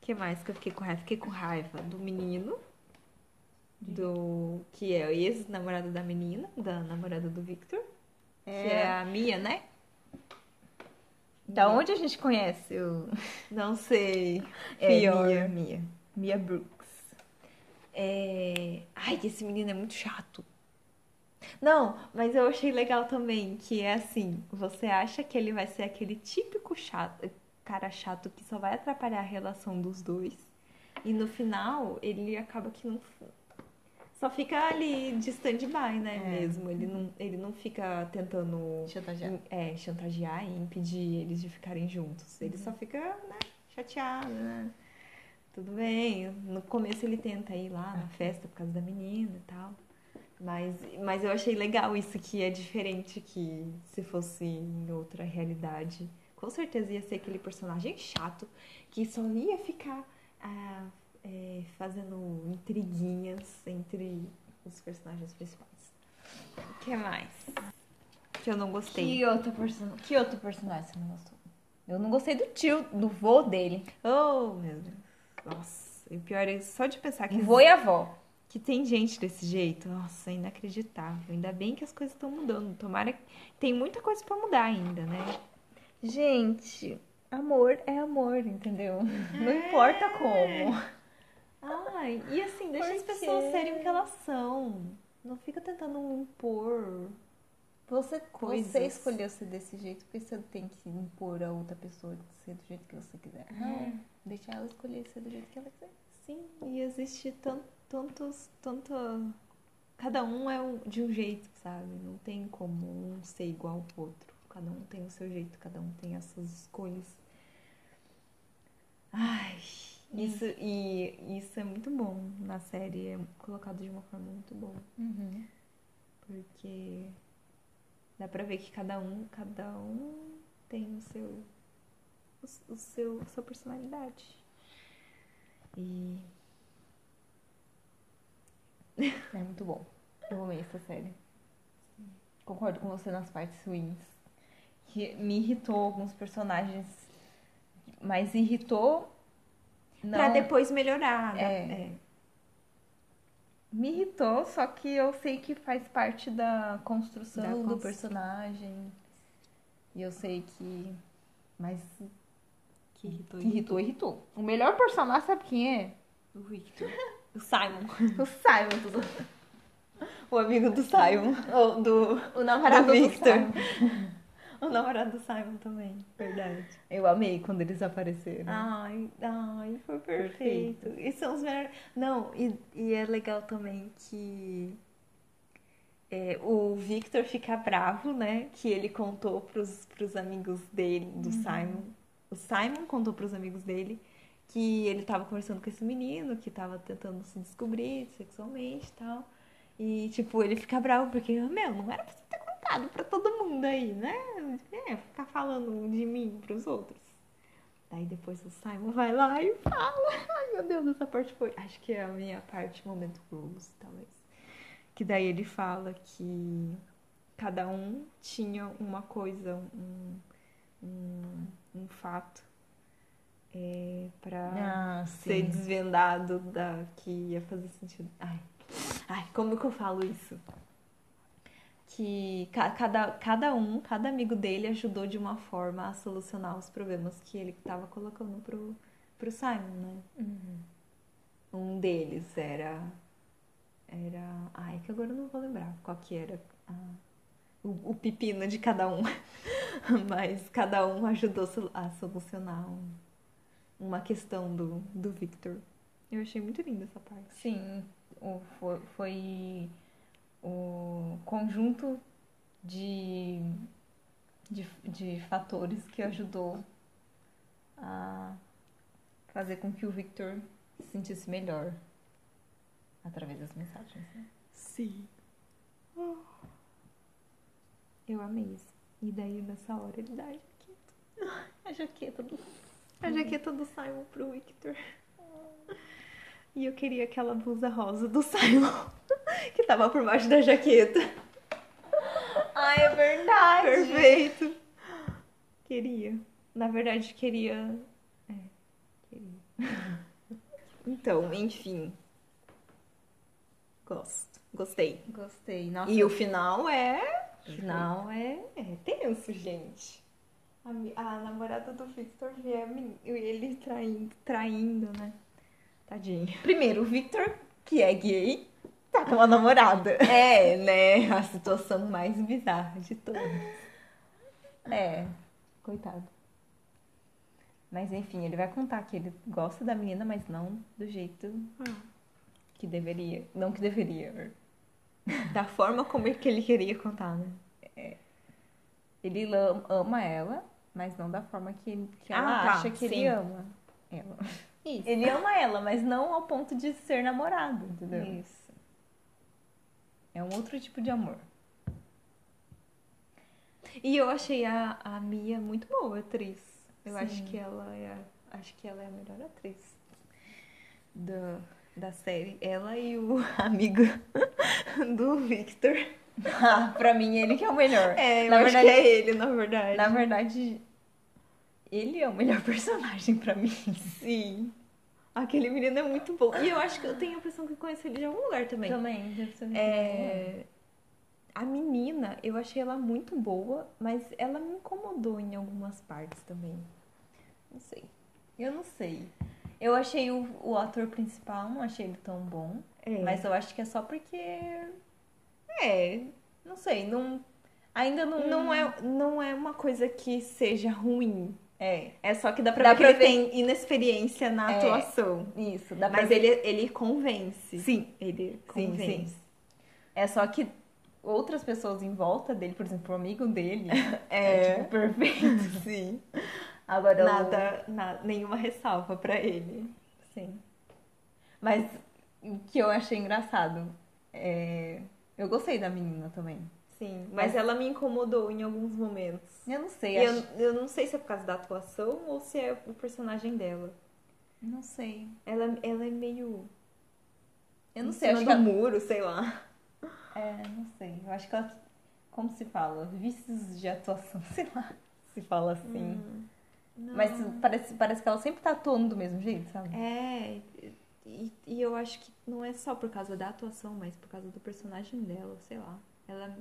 Speaker 2: que mais que eu fiquei com raiva? Fiquei com raiva do menino. Do. Que é o ex-namorado da menina, da namorada do Victor. Que é a Mia, né?
Speaker 1: Da onde a gente conhece o
Speaker 2: Não sei.
Speaker 1: É,
Speaker 2: Pior.
Speaker 1: Mia.
Speaker 2: Mia.
Speaker 1: Mia Brooks?
Speaker 2: É... Ai, esse menino é muito chato. Não, mas eu achei legal também que é assim, você acha que ele vai ser aquele típico chato, cara chato que só vai atrapalhar a relação dos dois. E no final, ele acaba que não só fica ali de stand-by, né,
Speaker 1: É.
Speaker 2: mesmo. Ele não, ele não fica tentando
Speaker 1: Chantagear.
Speaker 2: é, chantagear e impedir eles de ficarem juntos. Ele só fica, né, chateado, né? Tudo bem. No começo ele tenta ir lá na festa por causa da menina e tal. Mas, mas eu achei legal isso, que é diferente que se fosse em outra realidade. Com certeza ia ser aquele personagem chato que só ia ficar ah, é, fazendo intriguinhas entre os personagens principais. O que mais? Que eu não gostei.
Speaker 1: Que outro, person... que outro personagem você não gostou? Eu não gostei do tio, do vô dele.
Speaker 2: Oh, meu Deus. Nossa, e pior é só de pensar que,
Speaker 1: O vô e a avó.
Speaker 2: que tem gente desse jeito. Nossa, é inacreditável. Ainda bem que as coisas estão mudando. Tomara que. Tem muita coisa pra mudar ainda, né?
Speaker 1: Gente, amor é amor, entendeu? Não importa como.
Speaker 2: É. Ai, e assim, deixa
Speaker 1: Por
Speaker 2: as pessoas
Speaker 1: quê?
Speaker 2: serem o que elas são. Não fica tentando impor.
Speaker 1: Você,
Speaker 2: Coisas.
Speaker 1: você escolheu ser desse jeito porque você tem que impor a outra pessoa de ser do jeito que você quiser.
Speaker 2: É.
Speaker 1: Não, deixa ela escolher ser do jeito que ela quiser.
Speaker 2: Sim, e existe tan- tantos, tanto. Cada um é um- de um jeito, sabe? Não tem como um ser igual ao outro. Cada um tem o seu jeito, cada um tem as suas escolhas. Ai, isso, e isso é muito bom na série, é colocado de uma forma muito boa.
Speaker 1: Uhum.
Speaker 2: Porque dá pra ver que cada um, cada um tem o seu, o, o seu, a sua personalidade. E
Speaker 1: É muito bom. Eu amei essa série. Concordo com você nas partes ruins. Que me irritou alguns personagens, mas irritou. Não,
Speaker 2: Pra depois melhorar.
Speaker 1: É.
Speaker 2: né? É.
Speaker 1: Me irritou, só que eu sei que faz parte da construção
Speaker 2: Da
Speaker 1: do
Speaker 2: constru-
Speaker 1: personagem. E eu sei que. Mas
Speaker 2: Que irritou.
Speaker 1: que irritou, irritou. O melhor personagem, sabe quem é?
Speaker 2: O Victor. O Simon.
Speaker 1: O Simon. do-
Speaker 2: O amigo do Simon. Ou do.
Speaker 1: O namorado do
Speaker 2: Victor.
Speaker 1: Simon.
Speaker 2: O namorado do Simon também. Verdade.
Speaker 1: Eu amei quando eles apareceram.
Speaker 2: Ai, ai, foi
Speaker 1: Perfeito.
Speaker 2: perfeito. E são os melhores. Não, e, e é legal também que é, o Victor fica bravo, né? Que ele contou pros, pros amigos dele, do Simon. O Simon contou pros amigos dele que ele tava conversando com esse menino, que tava tentando se descobrir sexualmente e tal. E, tipo, ele fica bravo porque, meu, não era pra você ter contado pra todo mundo aí, né? É, ficar falando de mim pros outros. Daí depois o Simon vai lá e fala. Ai, meu Deus, essa parte foi. Acho que é a minha parte, momento Rose, talvez. Que daí ele fala que cada um tinha uma coisa, um, um, um fato é, pra
Speaker 1: Ah,
Speaker 2: ser desvendado da, que ia fazer sentido. Ai, ai, como que eu falo isso? Que ca- cada, cada um, cada amigo dele ajudou de uma forma a solucionar os problemas que ele estava colocando pro, pro Simon, né?
Speaker 1: Uhum.
Speaker 2: Um deles era. Era. Ai, que agora eu não vou lembrar qual que era a- o, o pepino de cada um. Mas cada um ajudou sol- a solucionar um- uma questão do, do Victor. Eu achei muito linda essa parte.
Speaker 1: Sim, o, foi, foi o conjunto de, de, de fatores que ajudou a fazer com que o Victor se sentisse melhor através das mensagens. né?
Speaker 2: Sim. Oh. Eu amei isso. E daí nessa hora ele dá a jaqueta.
Speaker 1: A jaqueta do.
Speaker 2: A jaqueta do Simon pro Victor. E eu queria aquela blusa rosa do Simon que tava por baixo da jaqueta. Ah,
Speaker 1: Ai, é verdade!
Speaker 2: Perfeito. Queria. Na verdade, queria. É, queria. Então, enfim. Gosto. Gostei.
Speaker 1: Gostei. Nossa,
Speaker 2: E o final é. O
Speaker 1: Perfeito.
Speaker 2: final é, é tenso, gente. A, mi- a namorada do Victor vê a men- ele traindo, traindo, né? Tadinho.
Speaker 1: primeiro, o Victor que é gay, tá com uma namorada.
Speaker 2: É, né? A situação mais bizarra de todas.
Speaker 1: É, coitado. Mas enfim, ele vai contar que ele gosta da menina, mas não do jeito
Speaker 2: Ah.
Speaker 1: que deveria. Não que deveria.
Speaker 2: Da forma como é que ele queria contar, né?
Speaker 1: Ele la- ama ela, mas não da forma que, que ela
Speaker 2: Ah, tá,
Speaker 1: acha que ele
Speaker 2: sim.
Speaker 1: ama ela.
Speaker 2: Isso.
Speaker 1: Ele ama ela, mas não ao ponto de ser namorado, entendeu?
Speaker 2: Isso.
Speaker 1: É um outro tipo de amor.
Speaker 2: E eu achei a, a Mia muito boa atriz. Eu
Speaker 1: Sim.
Speaker 2: acho que ela é a- acho que ela é a melhor atriz da, da série. Ela e o amigo do Victor. Ah,
Speaker 1: pra mim, ele que é o melhor.
Speaker 2: É, eu
Speaker 1: na
Speaker 2: acho
Speaker 1: verdade,
Speaker 2: que é ele, na verdade.
Speaker 1: na verdade, ele é o melhor personagem pra mim.
Speaker 2: Sim. Aquele menino é muito bom. E eu acho que eu tenho a impressão que conheço ele de algum lugar também.
Speaker 1: Também, deve ser
Speaker 2: É, A menina, eu achei ela muito boa, mas ela me incomodou em algumas partes também. Não sei.
Speaker 1: Eu não sei. Eu achei o, o ator principal, não achei ele tão bom.
Speaker 2: Mas
Speaker 1: Mas eu acho que é só porque.
Speaker 2: é,
Speaker 1: Não sei, não. Ainda não.
Speaker 2: não é, não é uma coisa que seja ruim.
Speaker 1: É,
Speaker 2: É só que dá pra
Speaker 1: Dá
Speaker 2: ver que
Speaker 1: pra
Speaker 2: ele tem inexperiência na
Speaker 1: É.
Speaker 2: atuação.
Speaker 1: isso. Dá pra
Speaker 2: Mas
Speaker 1: ver.
Speaker 2: ele, ele convence.
Speaker 1: Sim.
Speaker 2: Ele
Speaker 1: Sim,
Speaker 2: convence.
Speaker 1: sim. É só que outras pessoas em volta dele, por exemplo, o amigo dele, é tipo perfeito.
Speaker 2: Sim.
Speaker 1: Agora o-
Speaker 2: Nada, na- nenhuma ressalva pra ele.
Speaker 1: Sim. Mas o que eu achei engraçado é. Eu gostei da menina também.
Speaker 2: Sim. Mas ela me incomodou em alguns momentos.
Speaker 1: Eu não
Speaker 2: E
Speaker 1: sei,
Speaker 2: eu,
Speaker 1: acho...
Speaker 2: eu não sei se é por causa da atuação ou se é o personagem dela.
Speaker 1: não sei.
Speaker 2: Ela, ela é meio.
Speaker 1: Eu não
Speaker 2: em
Speaker 1: sei,
Speaker 2: cima
Speaker 1: acho
Speaker 2: do
Speaker 1: que ela...
Speaker 2: muro, sei lá.
Speaker 1: É, não sei. Eu acho que ela. tá Como se fala? Vícios de atuação, sei lá. Se fala assim.
Speaker 2: Hum.
Speaker 1: Mas parece, parece que ela sempre tá atuando do mesmo jeito, sabe?
Speaker 2: É. E, e eu acho que não é só por causa da atuação, mas por causa do personagem dela, sei lá. Ela.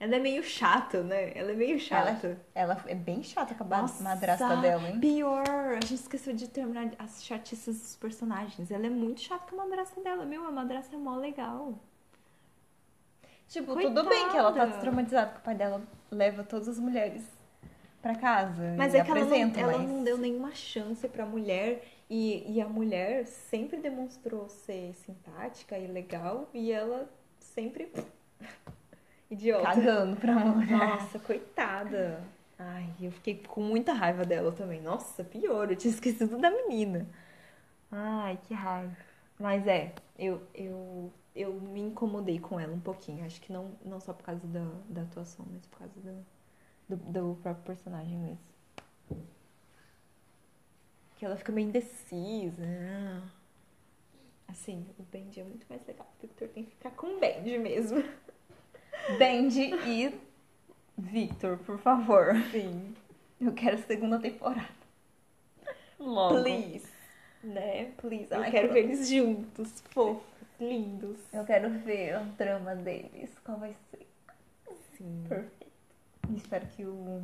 Speaker 2: Ela é meio chata, né? Ela é meio chata.
Speaker 1: Ela é bem chata com a ba- madrasta dela, hein?
Speaker 2: Pior! A gente esqueceu de terminar as chatices dos personagens. Ela é muito chata com a madrasta dela, meu. A madrasta é mó legal.
Speaker 1: Tipo, tudo
Speaker 2: Coitada.
Speaker 1: bem que ela tá traumatizada, que o pai dela leva todas as mulheres pra casa.
Speaker 2: Mas
Speaker 1: e
Speaker 2: é que ela não,
Speaker 1: apresenta,
Speaker 2: ela
Speaker 1: mas...
Speaker 2: não deu nenhuma chance pra mulher e, e a mulher sempre demonstrou ser simpática e legal e ela sempre idiota.
Speaker 1: cagando né? pra mulher.
Speaker 2: Nossa, coitada. Ai, eu fiquei com muita raiva dela também. Nossa, pior, eu tinha esquecido da menina. Ai, que raiva. Mas é, eu, eu, eu me incomodei com ela um pouquinho. Acho que não, não só por causa da, da atuação, mas por causa do, do, do próprio personagem mesmo. Que ela fica meio indecisa. né? Assim, o Bendy é muito mais legal. O Victor tem que ficar com o Bendy mesmo.
Speaker 1: Bendy e Victor, por favor.
Speaker 2: Sim.
Speaker 1: Eu quero segunda temporada. Logo.
Speaker 2: Please. Né? Please.
Speaker 1: Eu
Speaker 2: Eu
Speaker 1: quero
Speaker 2: quero ver eles juntos, fofos, lindos.
Speaker 1: Eu quero ver o drama deles. Qual vai ser?
Speaker 2: Sim.
Speaker 1: Perfeito. Espero que o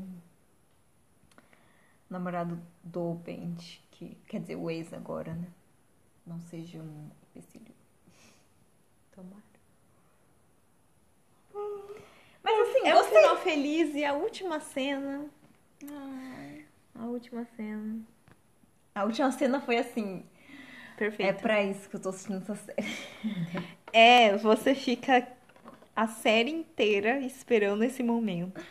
Speaker 1: namorado do Bendy, que quer dizer o ex agora, né? Não seja um empecilho.
Speaker 2: Tomara.
Speaker 1: Mas assim,
Speaker 2: É um
Speaker 1: gostei.
Speaker 2: final feliz e a última cena. A última cena.
Speaker 1: A última cena foi assim. É
Speaker 2: Perfeito.
Speaker 1: pra isso que eu tô assistindo essa série.
Speaker 2: É, você fica a série inteira esperando esse momento.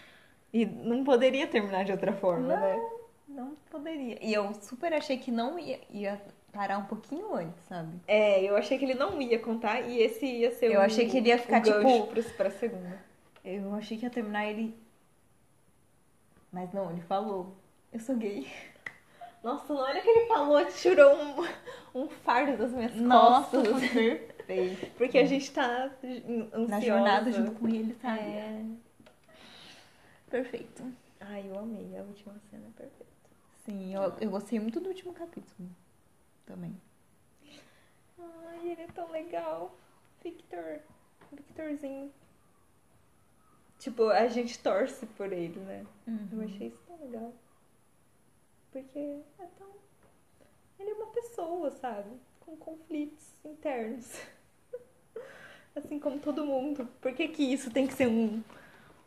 Speaker 2: E não poderia terminar de outra forma, né?
Speaker 1: Não poderia. E eu super achei que não ia, ia parar um pouquinho antes, sabe?
Speaker 2: É, eu achei que ele não ia contar e esse ia ser
Speaker 1: Eu
Speaker 2: o-
Speaker 1: achei que ele ia ficar,
Speaker 2: o gancho
Speaker 1: tipo-
Speaker 2: pros- pra segunda.
Speaker 1: Eu achei que ia terminar ele. Mas não, ele falou. Eu sou gay.
Speaker 2: Nossa, na hora que ele falou, tirou um, um fardo das minhas
Speaker 1: Nossa,
Speaker 2: costas.
Speaker 1: foi perfeito.
Speaker 2: Porque a gente tá ansiosa.
Speaker 1: Na jornada junto com ele, sabe?
Speaker 2: É.
Speaker 1: Perfeito.
Speaker 2: Ai, eu amei. A última cena é perfeita.
Speaker 1: Sim, eu, eu gostei muito do último capítulo. Também.
Speaker 2: Ai, ele é tão legal. Victor. Victorzinho. Tipo, a gente torce por ele, né?
Speaker 1: Uhum.
Speaker 2: Eu achei isso tão legal. Porque é tão... Ele é uma pessoa, sabe? Com com conflitos internos. Assim como todo mundo. Por que, que isso tem que ser um,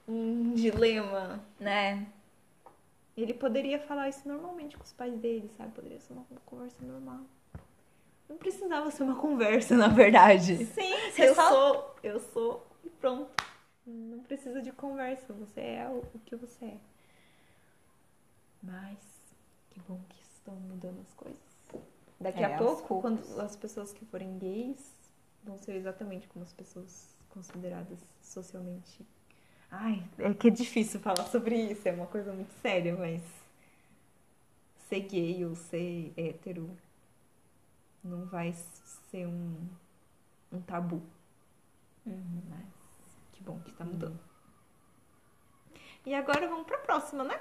Speaker 2: um dilema?
Speaker 1: né?
Speaker 2: Ele poderia falar isso normalmente com os pais dele, sabe? Poderia ser uma conversa normal. Não precisava ser uma conversa, na verdade.
Speaker 1: Sim,
Speaker 2: eu sou, eu sou e pronto. Não precisa de conversa, você é o, o que você é. Mas que bom que estão mudando as coisas. Daqui
Speaker 1: É,
Speaker 2: a
Speaker 1: aos
Speaker 2: pouco,
Speaker 1: poucos.
Speaker 2: quando as pessoas que forem gays vão ser exatamente como as pessoas consideradas socialmente. Ai, é que é difícil falar sobre isso, é uma coisa muito séria, mas ser gay ou ser hétero não vai ser um, um tabu. Mas que bom que tá mudando. E agora vamos pra próxima, né?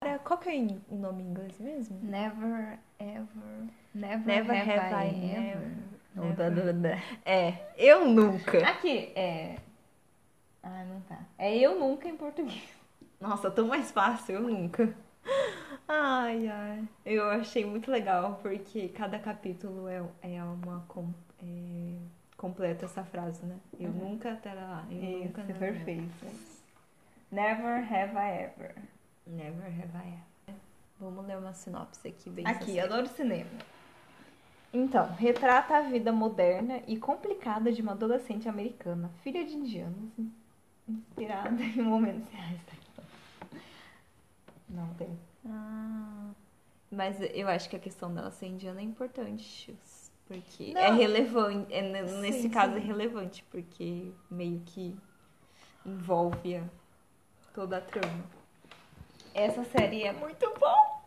Speaker 2: Cara, Qual que é em- o nome em inglês mesmo?
Speaker 1: Never, ever, never,
Speaker 2: Never
Speaker 1: have, I,
Speaker 2: ever.
Speaker 1: ever.
Speaker 2: Não, da-
Speaker 1: É.
Speaker 2: Eu nunca.
Speaker 1: Aqui, é. Ah, não tá. É eu nunca em português.
Speaker 2: Nossa, tão mais fácil, eu nunca. Ai, ai. Eu achei muito legal, porque cada capítulo é, é uma. com- é, completa essa frase, né? Eu
Speaker 1: Uhum.
Speaker 2: nunca terá lá. Eu nunca.
Speaker 1: Isso, é
Speaker 2: né?
Speaker 1: perfeito. Never have I ever.
Speaker 2: Never have I ever. Vamos ler uma sinopse aqui bem
Speaker 1: Aqui,
Speaker 2: sucinta.
Speaker 1: adoro cinema. Então, retrata a vida moderna e complicada de uma adolescente americana, filha de indianos, inspirada em momentos reais. Tá aqui. Não tem.
Speaker 2: Ah, mas eu acho que a questão dela ser indiana é importante, Chus, porque é
Speaker 1: Não.
Speaker 2: relevante, é ne-
Speaker 1: Sim,
Speaker 2: nesse caso é
Speaker 1: sim.
Speaker 2: relevante, porque meio que envolve a- toda a trama.
Speaker 1: Essa série é muito bom.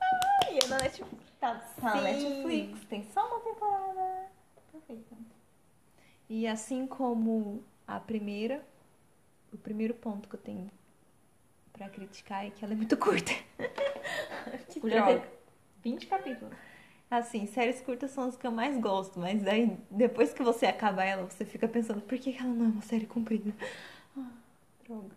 Speaker 1: Ai, é na Netflix. Tá, tá na
Speaker 2: Sim.
Speaker 1: Netflix. Tem só uma temporada. Perfeito.
Speaker 2: E assim como a primeira, o primeiro ponto que eu tenho pra criticar é que ela é muito curta. Que
Speaker 1: Podia
Speaker 2: droga.
Speaker 1: ter 20 capítulos.
Speaker 2: Assim, séries curtas são as que eu mais gosto, mas aí depois que você acaba ela, você fica pensando, por que que ela não é uma série comprida? Ah, droga.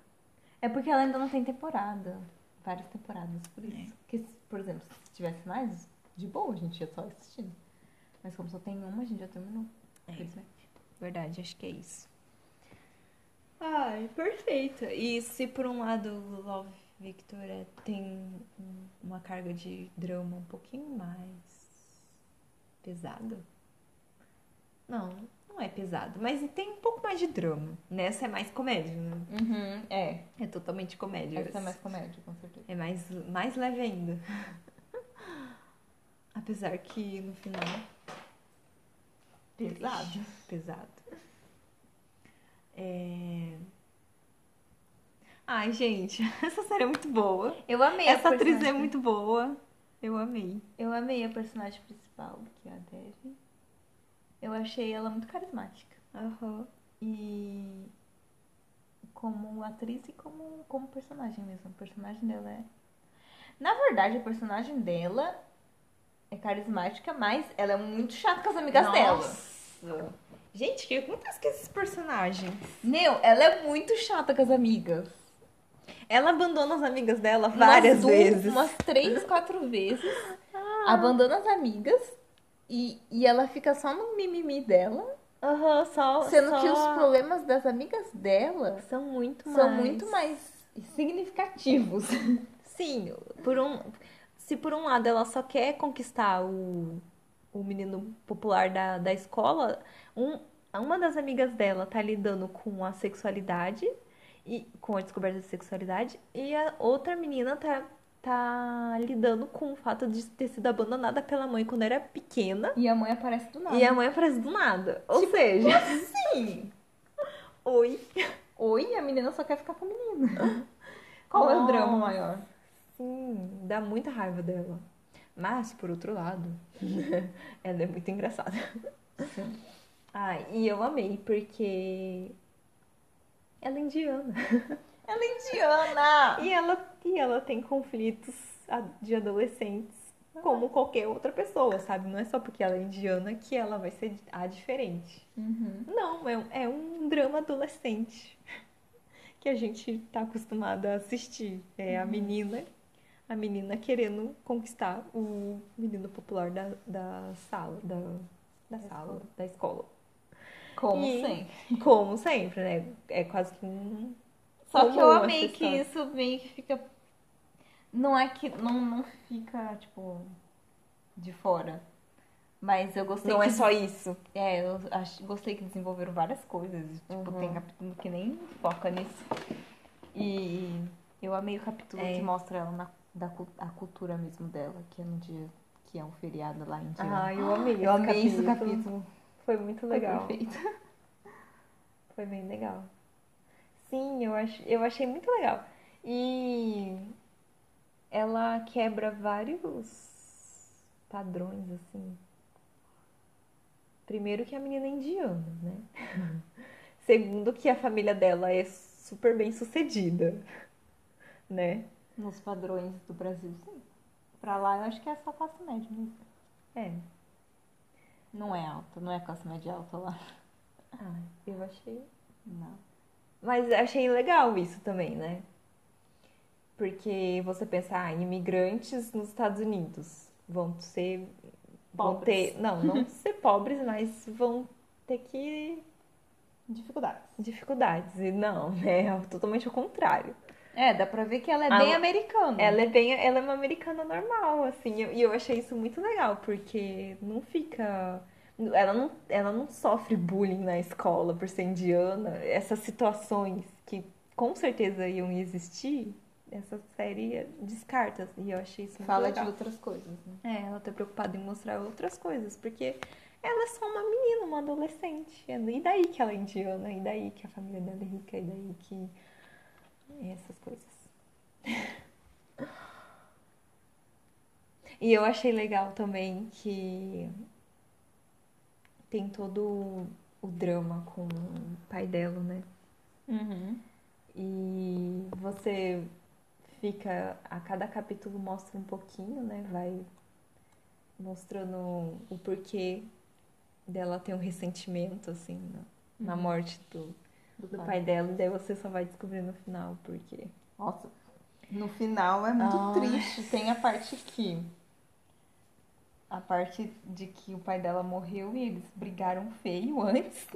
Speaker 1: É porque ela ainda não tem temporada. Várias temporadas, por
Speaker 2: É.
Speaker 1: isso. Porque, se- por exemplo, se tivesse mais, de boa, a gente ia só assistindo. Mas como só tem uma, a gente já terminou.
Speaker 2: É.
Speaker 1: Infelizmente.
Speaker 2: Verdade, acho que é isso. Ai, perfeita. E se por um lado Love Victor é- tem um- uma carga de drama um pouquinho mais pesada? Não, não é pesado, mas tem um pouco mais de drama. Nessa é mais comédia, né?
Speaker 1: Uhum, é.
Speaker 2: É totalmente comédia.
Speaker 1: Essa é mais comédia, com certeza.
Speaker 2: É mais, mais leve ainda. Apesar que no final.
Speaker 1: Pesado.
Speaker 2: Pesado. É... Ai, gente, essa série é muito boa.
Speaker 1: Eu amei
Speaker 2: Essa
Speaker 1: a
Speaker 2: atriz é
Speaker 1: personagem-
Speaker 2: muito boa. Eu amei.
Speaker 1: Eu amei a personagem principal, que é a Debbie. Eu achei ela muito carismática.
Speaker 2: Aham.
Speaker 1: E como atriz e como, como personagem mesmo. O personagem dela é. Na verdade, a personagem dela é carismática, mas ela é muito chata com as amigas dela.
Speaker 2: Nossa. Gente, o que acontece com esses personagens?
Speaker 1: Meu, ela é muito chata com as amigas.
Speaker 2: Ela abandona as amigas dela
Speaker 1: Umas
Speaker 2: várias
Speaker 1: duas-
Speaker 2: vezes.
Speaker 1: Umas três, quatro vezes. Abandona as amigas. E, e ela fica só no mimimi dela.
Speaker 2: Aham, só.
Speaker 1: Sendo que os
Speaker 2: só-
Speaker 1: problemas das amigas dela
Speaker 2: são muito mais.
Speaker 1: são muito mais significativos.
Speaker 2: Sim, por um, se por um lado ela só quer conquistar o, o menino popular da, da escola, um, uma das amigas dela tá lidando com a sexualidade e com a descoberta de sexualidade, e a outra menina tá, tá lidando com o fato de ter sido abandonada pela mãe quando era pequena,
Speaker 1: E a mãe aparece do nada.
Speaker 2: e a mãe aparece do nada. Ou seja,
Speaker 1: Sim.
Speaker 2: oi.
Speaker 1: Oi, a menina só quer ficar com o menino. Qual é o
Speaker 2: Nossa.
Speaker 1: drama maior?
Speaker 2: Sim, dá muita raiva dela. Mas, por outro lado, ela é muito engraçada. Ai, e eu amei, porque ela é indiana.
Speaker 1: Ela é indiana.
Speaker 2: E ela, e ela tem conflitos a- de adolescentes como qualquer outra pessoa, sabe? Não é só porque ela é indiana que ela vai ser a diferente.
Speaker 1: Uhum.
Speaker 2: Não, é, um- é um drama adolescente que a gente tá acostumado a assistir. É a menina a menina querendo conquistar o menino popular da, da sala, da, da sala, da escola.
Speaker 1: Como
Speaker 2: E-
Speaker 1: sempre.
Speaker 2: Como sempre, né? É quase que um.
Speaker 1: Só que eu
Speaker 2: comum
Speaker 1: amei
Speaker 2: essa
Speaker 1: que
Speaker 2: história.
Speaker 1: isso meio que fica. Não é que. Não, não fica, tipo. De fora. Mas eu gostei
Speaker 2: Não é
Speaker 1: que-
Speaker 2: só isso.
Speaker 1: É, eu acho, gostei que desenvolveram várias coisas. Tipo,
Speaker 2: Uhum.
Speaker 1: tem capítulo que nem foca nisso. E eu amei o capítulo
Speaker 2: É.
Speaker 1: que mostra ela na, da, cu- a cultura mesmo dela, que é no dia que é um feriado lá em Indiana.
Speaker 2: Ah, eu amei.
Speaker 1: eu amei esse capítulo.
Speaker 2: Foi muito legal.
Speaker 1: Foi perfeito.
Speaker 2: Foi bem legal. Sim, eu, ach... eu achei muito legal. E ela quebra vários padrões, assim. Primeiro que a menina é indiana, né? Segundo que a família dela é super bem sucedida, né?
Speaker 1: Nos padrões do Brasil, sim. Pra lá eu acho que é só classe média mesmo.
Speaker 2: É.
Speaker 1: Não é alta, não é classe média alta lá.
Speaker 2: Ah, eu achei.
Speaker 1: Não.
Speaker 2: Mas achei legal isso também, né? Porque você pensa, ah, imigrantes nos Estados Unidos vão ser, vão
Speaker 1: Pobres.
Speaker 2: ter, não, não ser pobres, mas vão ter que
Speaker 1: Dificuldades.
Speaker 2: dificuldades. E não, né? É totalmente o contrário.
Speaker 1: É, dá pra ver que ela é
Speaker 2: Ah,
Speaker 1: bem americana.
Speaker 2: Ela é bem, ela é uma americana normal, assim, e eu- e eu achei isso muito legal, porque não fica, ela não, ela não sofre bullying na escola por ser indiana, essas situações que com certeza iam existir, essa série descarta, e eu achei isso muito
Speaker 1: Fala
Speaker 2: legal.
Speaker 1: de outras coisas, né?
Speaker 2: É, ela tá preocupada em mostrar outras coisas, porque ela é só uma menina, uma adolescente. E daí que ela é indiana, e daí que a família dela é rica, e daí que. e essas coisas. E eu achei legal também que tem todo o drama com o pai dela, né?
Speaker 1: Uhum.
Speaker 2: E você fica, a cada capítulo mostra um pouquinho, né? Vai mostrando o porquê dela ter um ressentimento, assim, na,
Speaker 1: Uhum.
Speaker 2: na morte do,
Speaker 1: Do
Speaker 2: do
Speaker 1: pai.
Speaker 2: pai dela. E daí você só vai descobrir no final por quê.
Speaker 1: Nossa, no final é muito
Speaker 2: Ai.
Speaker 1: triste. Tem a parte que. A parte de que o pai dela morreu e eles brigaram feio antes.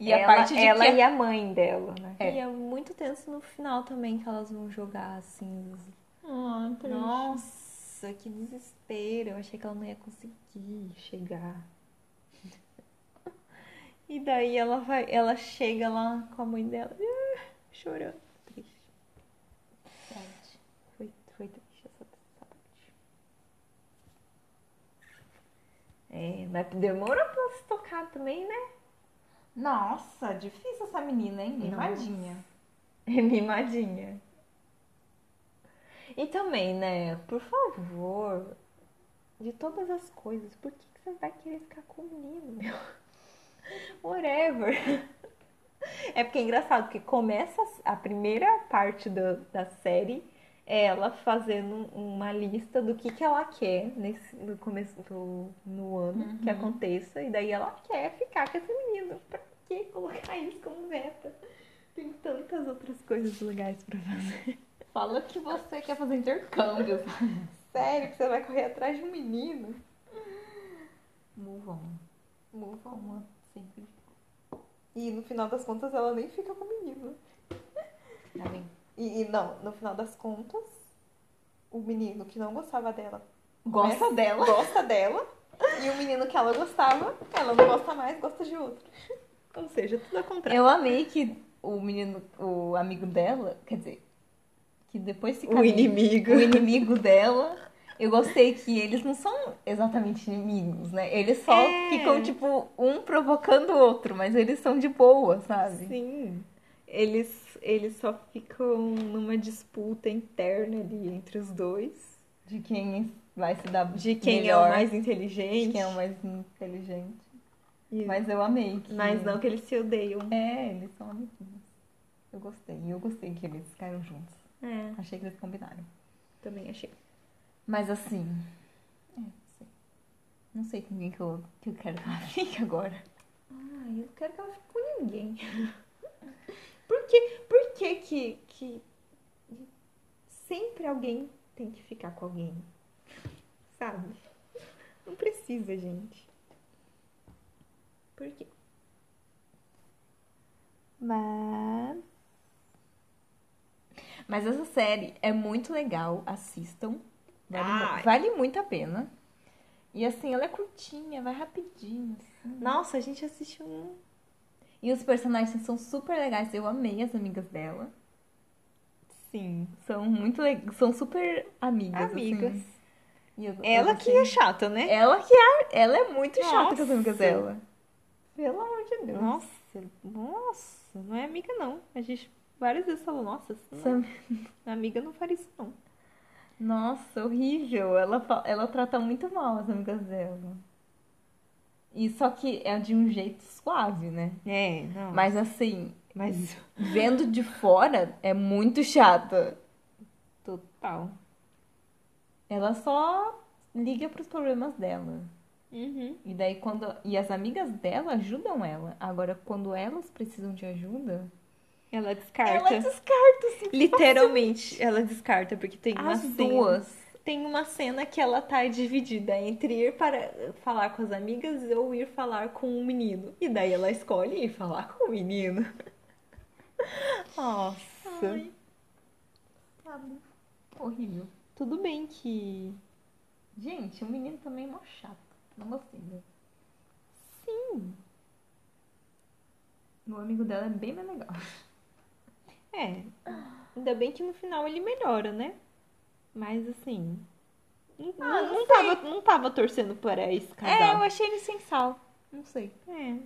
Speaker 1: E a
Speaker 2: Ela,
Speaker 1: parte de
Speaker 2: ela
Speaker 1: que.
Speaker 2: e a mãe dela, né?
Speaker 1: É.
Speaker 2: E é muito tenso no final também que elas vão jogar assim.
Speaker 1: Ah, triste.
Speaker 2: Nossa, que desespero. Eu achei que ela não ia conseguir chegar. E daí ela vai, ela chega lá com a mãe dela, ah, chorando. Triste.
Speaker 1: Sad.
Speaker 2: Foi, foi triste essa, essa parte. É, mas demorou pra se tocar também, né?
Speaker 1: Nossa, difícil essa menina, hein?
Speaker 2: Nossa.
Speaker 1: Mimadinha.
Speaker 2: É mimadinha. E também, né? Por favor, de todas as coisas, por que, que você vai querer ficar com o menino, meu? Whatever. É porque é engraçado, porque começa a primeira parte da da série, é ela fazendo uma lista do que, que ela quer nesse, no começo do, no ano que
Speaker 1: Uhum.
Speaker 2: aconteça, e daí ela quer ficar com esse menino. Pra que colocar isso como meta? Tem tantas outras coisas legais pra fazer.
Speaker 1: Fala que você quer fazer intercâmbio.
Speaker 2: Sério que você vai correr atrás de um menino?
Speaker 1: Move on.
Speaker 2: Move on.
Speaker 1: Como sempre.
Speaker 2: E no final das contas ela nem fica com o menino.
Speaker 1: Tá bem.
Speaker 2: E, e não, no final das contas, o menino que não gostava dela
Speaker 1: Gosta
Speaker 2: começa-
Speaker 1: dela.
Speaker 2: gosta dela. E o menino que ela gostava, ela não gosta mais, gosta de outro. Ou seja, tudo ao contrário.
Speaker 1: Eu amei que o menino, o amigo dela, quer dizer, que depois se
Speaker 2: O inimigo.
Speaker 1: o inimigo dela. Eu gostei que eles não são exatamente inimigos, né? Eles só
Speaker 2: É.
Speaker 1: ficam, tipo, um provocando o outro, mas eles são de boa, sabe?
Speaker 2: Sim. Eles, eles só ficam numa disputa interna ali entre os dois.
Speaker 1: De quem vai se dar
Speaker 2: De quem é
Speaker 1: melhor,
Speaker 2: o mais
Speaker 1: de
Speaker 2: inteligente.
Speaker 1: quem é o mais inteligente.
Speaker 2: E-
Speaker 1: Mas eu amei que...
Speaker 2: Mas não que eles se odeiam.
Speaker 1: É, eles são amiguinhos. Eu gostei. E eu gostei que eles ficaram juntos.
Speaker 2: É,
Speaker 1: Achei que eles combinaram.
Speaker 2: também achei.
Speaker 1: Mas assim... é, não sei. Não sei com quem que eu, que eu quero que ela fique agora.
Speaker 2: Ah, eu não quero que ela fique com ninguém. por que, por que que, que... Se sempre alguém tem que ficar com alguém. Sabe? Não precisa, gente. Por quê?
Speaker 1: Mas. Mas essa série é muito legal, assistam. Vale, mu-
Speaker 2: Ai.
Speaker 1: vale muito a pena. E assim, ela é curtinha, vai rapidinho. assim.
Speaker 2: Nossa, a gente assistiu um.
Speaker 1: E os personagens são super legais, eu amei as amigas dela.
Speaker 2: Sim.
Speaker 1: São muito legais, são super amigas.
Speaker 2: Amigas.
Speaker 1: assim. E eu- eu
Speaker 2: Ela que
Speaker 1: gostei.
Speaker 2: é chata, né?
Speaker 1: Ela que é. Ela é muito chata com as
Speaker 2: Nossa.
Speaker 1: amigas dela.
Speaker 2: Pelo amor de Deus. Nossa, nossa, não é amiga, não. A gente várias vezes falou, nossa, essa
Speaker 1: Essa-
Speaker 2: amiga não faria isso, não.
Speaker 1: Nossa, horrível. Ela, fa- ela trata muito mal as amigas dela. E só que é de um jeito suave, né?
Speaker 2: É, não.
Speaker 1: Mas assim,
Speaker 2: mas
Speaker 1: vendo de fora é muito chata.
Speaker 2: total.
Speaker 1: Ela só liga pros problemas dela.
Speaker 2: Uhum.
Speaker 1: E daí quando e as amigas dela ajudam ela. Agora quando elas precisam de ajuda,
Speaker 2: Ela
Speaker 1: ela
Speaker 2: descarta.
Speaker 1: descarta assim,
Speaker 2: Literalmente, ela descarta, porque tem uma
Speaker 1: as
Speaker 2: cena.
Speaker 1: duas.
Speaker 2: Tem uma cena que ela tá dividida entre ir para falar com as amigas ou ir falar com o menino. E daí ela escolhe ir falar com o menino. Nossa.
Speaker 1: Ai. Tá bom. Horrível.
Speaker 2: Tudo bem que.
Speaker 1: Gente, o menino também é mó chato. Não gostei dele.
Speaker 2: Sim.
Speaker 1: O amigo dela é bem mais legal.
Speaker 2: É. Ainda bem que no final ele melhora, né? Mas assim. Não,
Speaker 1: Ah,
Speaker 2: não
Speaker 1: não
Speaker 2: tava, não tava torcendo para esse
Speaker 1: É, eu
Speaker 2: casal.
Speaker 1: achei ele sem sal. Não sei.
Speaker 2: É.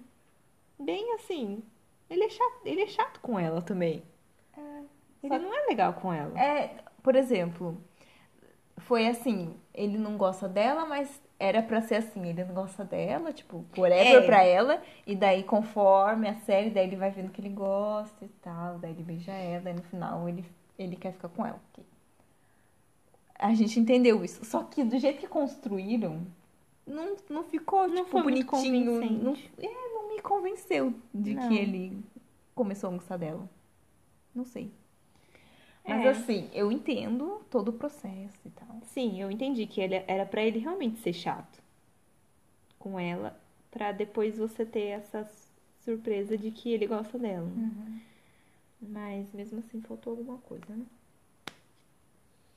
Speaker 2: Bem assim. Ele é chato, ele é chato com ela também. Ele
Speaker 1: Só-
Speaker 2: não é legal com ela.
Speaker 1: É, por exemplo, foi assim, ele não gosta dela, mas era pra ser assim, ele não gosta dela, tipo, forever
Speaker 2: É.
Speaker 1: pra ela, e daí conforme a série, daí ele vai vendo que ele gosta e tal, daí ele beija ela, daí no final ele, ele quer ficar com ela. ok. A gente entendeu isso. Só que do jeito que construíram, não, não ficou,
Speaker 2: Não
Speaker 1: tipo,
Speaker 2: foi muito
Speaker 1: bonitinho.
Speaker 2: convincente.
Speaker 1: Não, é, não me convenceu de
Speaker 2: Não.
Speaker 1: que ele começou a gostar dela. Não sei. Mas
Speaker 2: É.
Speaker 1: assim, eu entendo todo o processo e tal.
Speaker 2: Sim, eu entendi que ele, era pra ele realmente ser chato com ela, pra depois você ter essa surpresa de que ele gosta dela.
Speaker 1: Uhum.
Speaker 2: Mas mesmo assim faltou alguma coisa, né?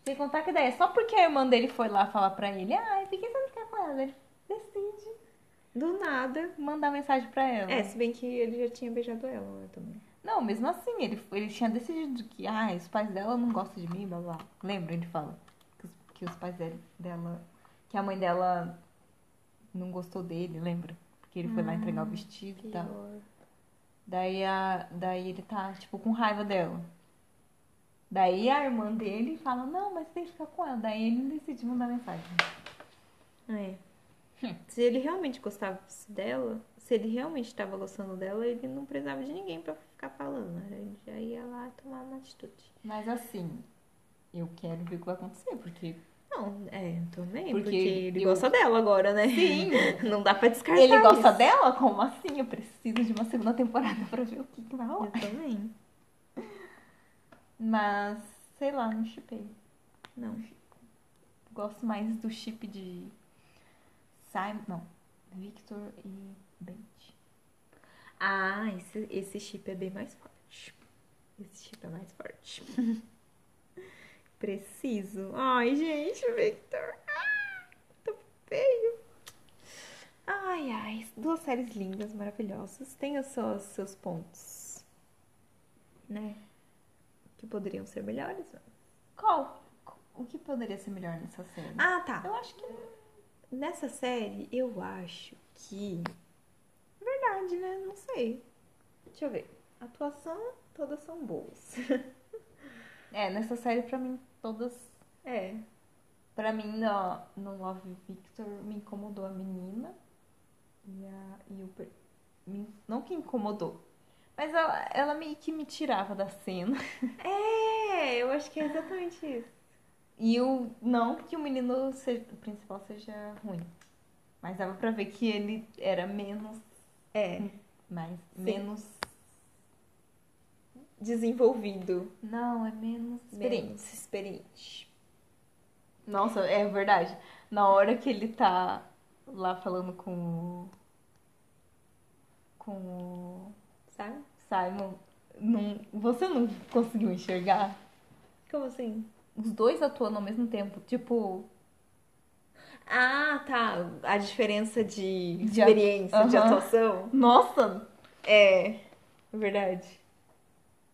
Speaker 1: Sem contar que daí é só porque a irmã dele foi lá falar pra ele, ai, por que você não fica com ela? Ele decide
Speaker 2: Do nada.
Speaker 1: mandar mensagem pra ela.
Speaker 2: É, se bem que ele já tinha beijado ela né, também.
Speaker 1: Não, mesmo assim, ele, ele tinha decidido que, ah, os pais dela não gostam de mim, blá blá. blá. Lembra? Ele fala que os, que os pais dele- dela. Que a mãe dela não gostou dele, lembra? Porque ele foi lá entregar o vestido e tal.
Speaker 2: Pior.
Speaker 1: Daí, a, daí ele tá, tipo, com raiva dela. Daí a irmã dele fala, não, mas tem que ficar com ela. Daí ele decide mandar mensagem.
Speaker 2: É.
Speaker 1: Hum.
Speaker 2: Se ele realmente gostava dela, se ele realmente tava gostando dela, ele não precisava de ninguém pra ficar falando. né? Ele já ia lá tomar uma atitude.
Speaker 1: Mas assim, eu quero ver o que vai acontecer, porque
Speaker 2: Não, é, também,
Speaker 1: Porque
Speaker 2: porque, ele
Speaker 1: eu-
Speaker 2: gosta dela agora, né?
Speaker 1: Sim.
Speaker 2: Não dá pra descartar
Speaker 1: ele gosta
Speaker 2: isso.
Speaker 1: dela? Como assim? Eu preciso de uma segunda temporada pra ver o que, que vai rolar.
Speaker 2: Eu também.
Speaker 1: Mas, sei lá, não chipei.
Speaker 2: Não.
Speaker 1: Gosto mais do chip de Simon, não, Victor e Bente.
Speaker 2: Ah, esse, esse chip é bem mais forte. Esse chip é mais forte. Preciso. Ai, gente, Victor. Ah, tô feio. Ai, ai. Duas séries lindas, maravilhosas. Tem os seus, seus pontos, né? Que poderiam ser melhores. mas-
Speaker 1: Qual? O que poderia ser melhor nessa série?
Speaker 2: Ah, tá.
Speaker 1: Eu acho que
Speaker 2: Nessa série, eu acho que. Verdade, né? Não sei. Deixa eu ver. Atuação, todas são boas.
Speaker 1: É, nessa série, pra mim, todas.
Speaker 2: É.
Speaker 1: Pra mim, no, no Love Victor, me incomodou a menina e, a, e o. per- me- Não que incomodou, mas ela, ela meio que me tirava da cena.
Speaker 2: É, eu acho que é exatamente isso.
Speaker 1: E o. Não que o menino seja- o principal seja ruim, mas dava pra ver que ele era menos.
Speaker 2: É.
Speaker 1: Mais, menos.
Speaker 2: desenvolvido,
Speaker 1: Não, é menos experiente.
Speaker 2: menos experiente.
Speaker 1: Nossa, é verdade. Na hora que ele tá lá falando com o. com o
Speaker 2: Sabe?
Speaker 1: Simon, não, você não conseguiu enxergar?
Speaker 2: Como assim?
Speaker 1: Os dois atuando ao mesmo tempo, tipo.
Speaker 2: Ah, tá. A diferença de
Speaker 1: De a-
Speaker 2: experiência, de
Speaker 1: Aham.
Speaker 2: atuação.
Speaker 1: Nossa!
Speaker 2: É, verdade.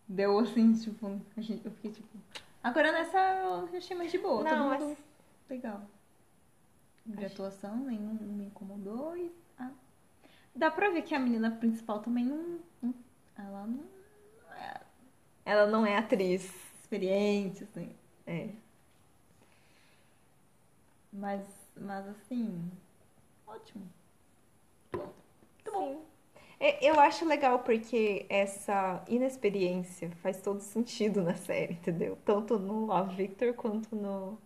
Speaker 1: Deu assim, tipo. a gente- Eu fiquei tipo. Agora nessa eu achei mais de boa.
Speaker 2: Não,
Speaker 1: todo mundo
Speaker 2: mas-
Speaker 1: legal. De atuação, nenhum me incomodou e. ah. Dá pra ver que a menina principal também não. não- Ela não
Speaker 2: Ela não é atriz.
Speaker 1: é experiente, assim.
Speaker 2: É.
Speaker 1: Mas, mas assim, ótimo.
Speaker 2: Tá bom. É, Eu acho legal porque essa inexperiência faz todo sentido na série, entendeu? Tanto no Love Victor quanto no,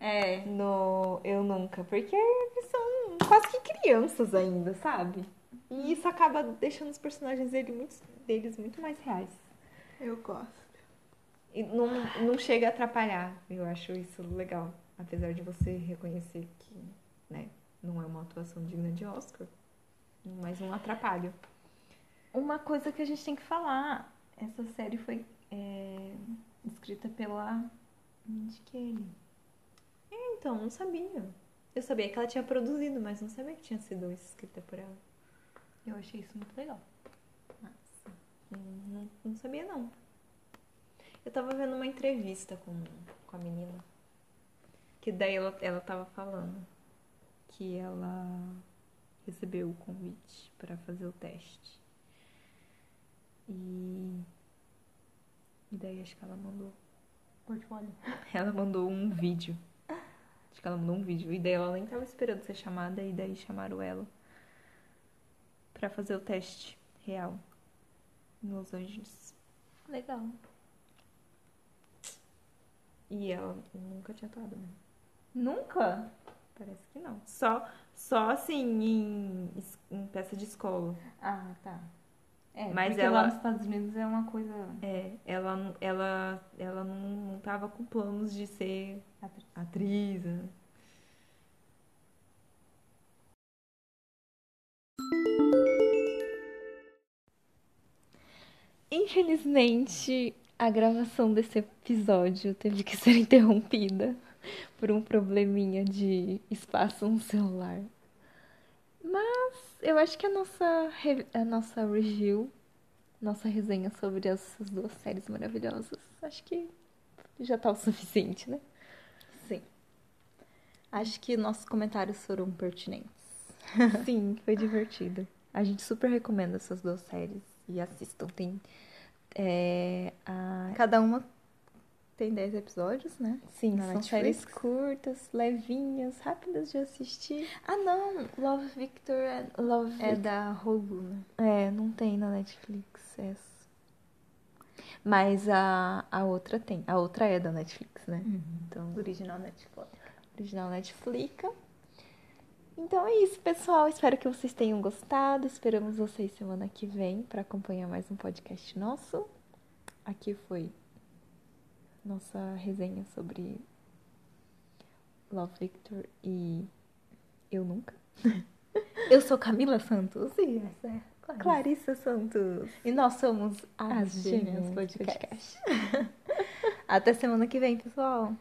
Speaker 1: É,
Speaker 2: no Eu Nunca. Porque eles são quase que crianças ainda, sabe? E isso acaba deixando os personagens dele muito- deles muito mais reais.
Speaker 1: eu gosto.
Speaker 2: E não, não chega a atrapalhar. Eu acho isso legal. Apesar de você reconhecer que, né, não é uma atuação digna de Oscar. Mas não atrapalha.
Speaker 1: Uma coisa que a gente tem que falar, essa série foi é, escrita pela Mindy Kaling.
Speaker 2: Então, não sabia. Eu sabia que ela tinha produzido, mas não sabia que tinha sido escrita por ela.
Speaker 1: Eu achei isso muito legal.
Speaker 2: Não, não- Uhum. não sabia, não. Eu tava vendo uma entrevista com, com a menina. Que daí ela, ela tava falando que ela recebeu o convite pra fazer o teste. E. E daí acho que ela mandou.
Speaker 1: Portfólio.
Speaker 2: Ela mandou um vídeo. Acho que ela mandou um vídeo. E daí ela nem tava esperando ser chamada, e daí chamaram ela pra fazer o teste real em Los Angeles.
Speaker 1: Legal.
Speaker 2: E ela nunca tinha atuado, né?
Speaker 1: Nunca?
Speaker 2: Parece que não. Só, só assim, em, es- em peça de escola.
Speaker 1: Ah, tá. É,
Speaker 2: Mas
Speaker 1: porque
Speaker 2: ela-
Speaker 1: lá nos Estados Unidos é uma coisa.
Speaker 2: É, ela, n- ela, ela não, não tava com planos de ser
Speaker 1: Atriz.
Speaker 2: atriz, né?
Speaker 1: Infelizmente, a gravação desse episódio teve que ser interrompida por um probleminha de espaço no celular. Mas eu acho que a nossa, re- a nossa review, nossa resenha sobre essas duas séries maravilhosas, acho que já tá o suficiente, né? Sim. Acho que nossos comentários foram pertinentes.
Speaker 2: Sim, foi divertido. A gente super recomenda essas duas séries e assistam. Tem é, a
Speaker 1: Cada uma tem 10 episódios, né?
Speaker 2: Sim,
Speaker 1: Na
Speaker 2: são
Speaker 1: Netflix?
Speaker 2: séries curtas, levinhas, rápidas de assistir.
Speaker 1: Ah, não! Love Victor é,
Speaker 2: Love
Speaker 1: é da Hulu, né?
Speaker 2: É, não tem na Netflix essa. Mas a, a outra tem. A outra é da Netflix, né?
Speaker 1: Uhum.
Speaker 2: Então,
Speaker 1: Original Netflix.
Speaker 2: original Netflix. Então é isso, pessoal. Espero que vocês tenham gostado. Esperamos vocês semana que vem para acompanhar mais um podcast nosso. Aqui foi nossa resenha sobre Love Victor e Eu Nunca.
Speaker 1: Eu sou Camila Santos.
Speaker 2: Sim,
Speaker 1: essa é Clarice.
Speaker 2: Clarissa Santos.
Speaker 1: E nós somos as,
Speaker 2: As
Speaker 1: Gêmeas
Speaker 2: Gêmeas
Speaker 1: Podcast.
Speaker 2: Podcast.
Speaker 1: Até semana que vem, pessoal.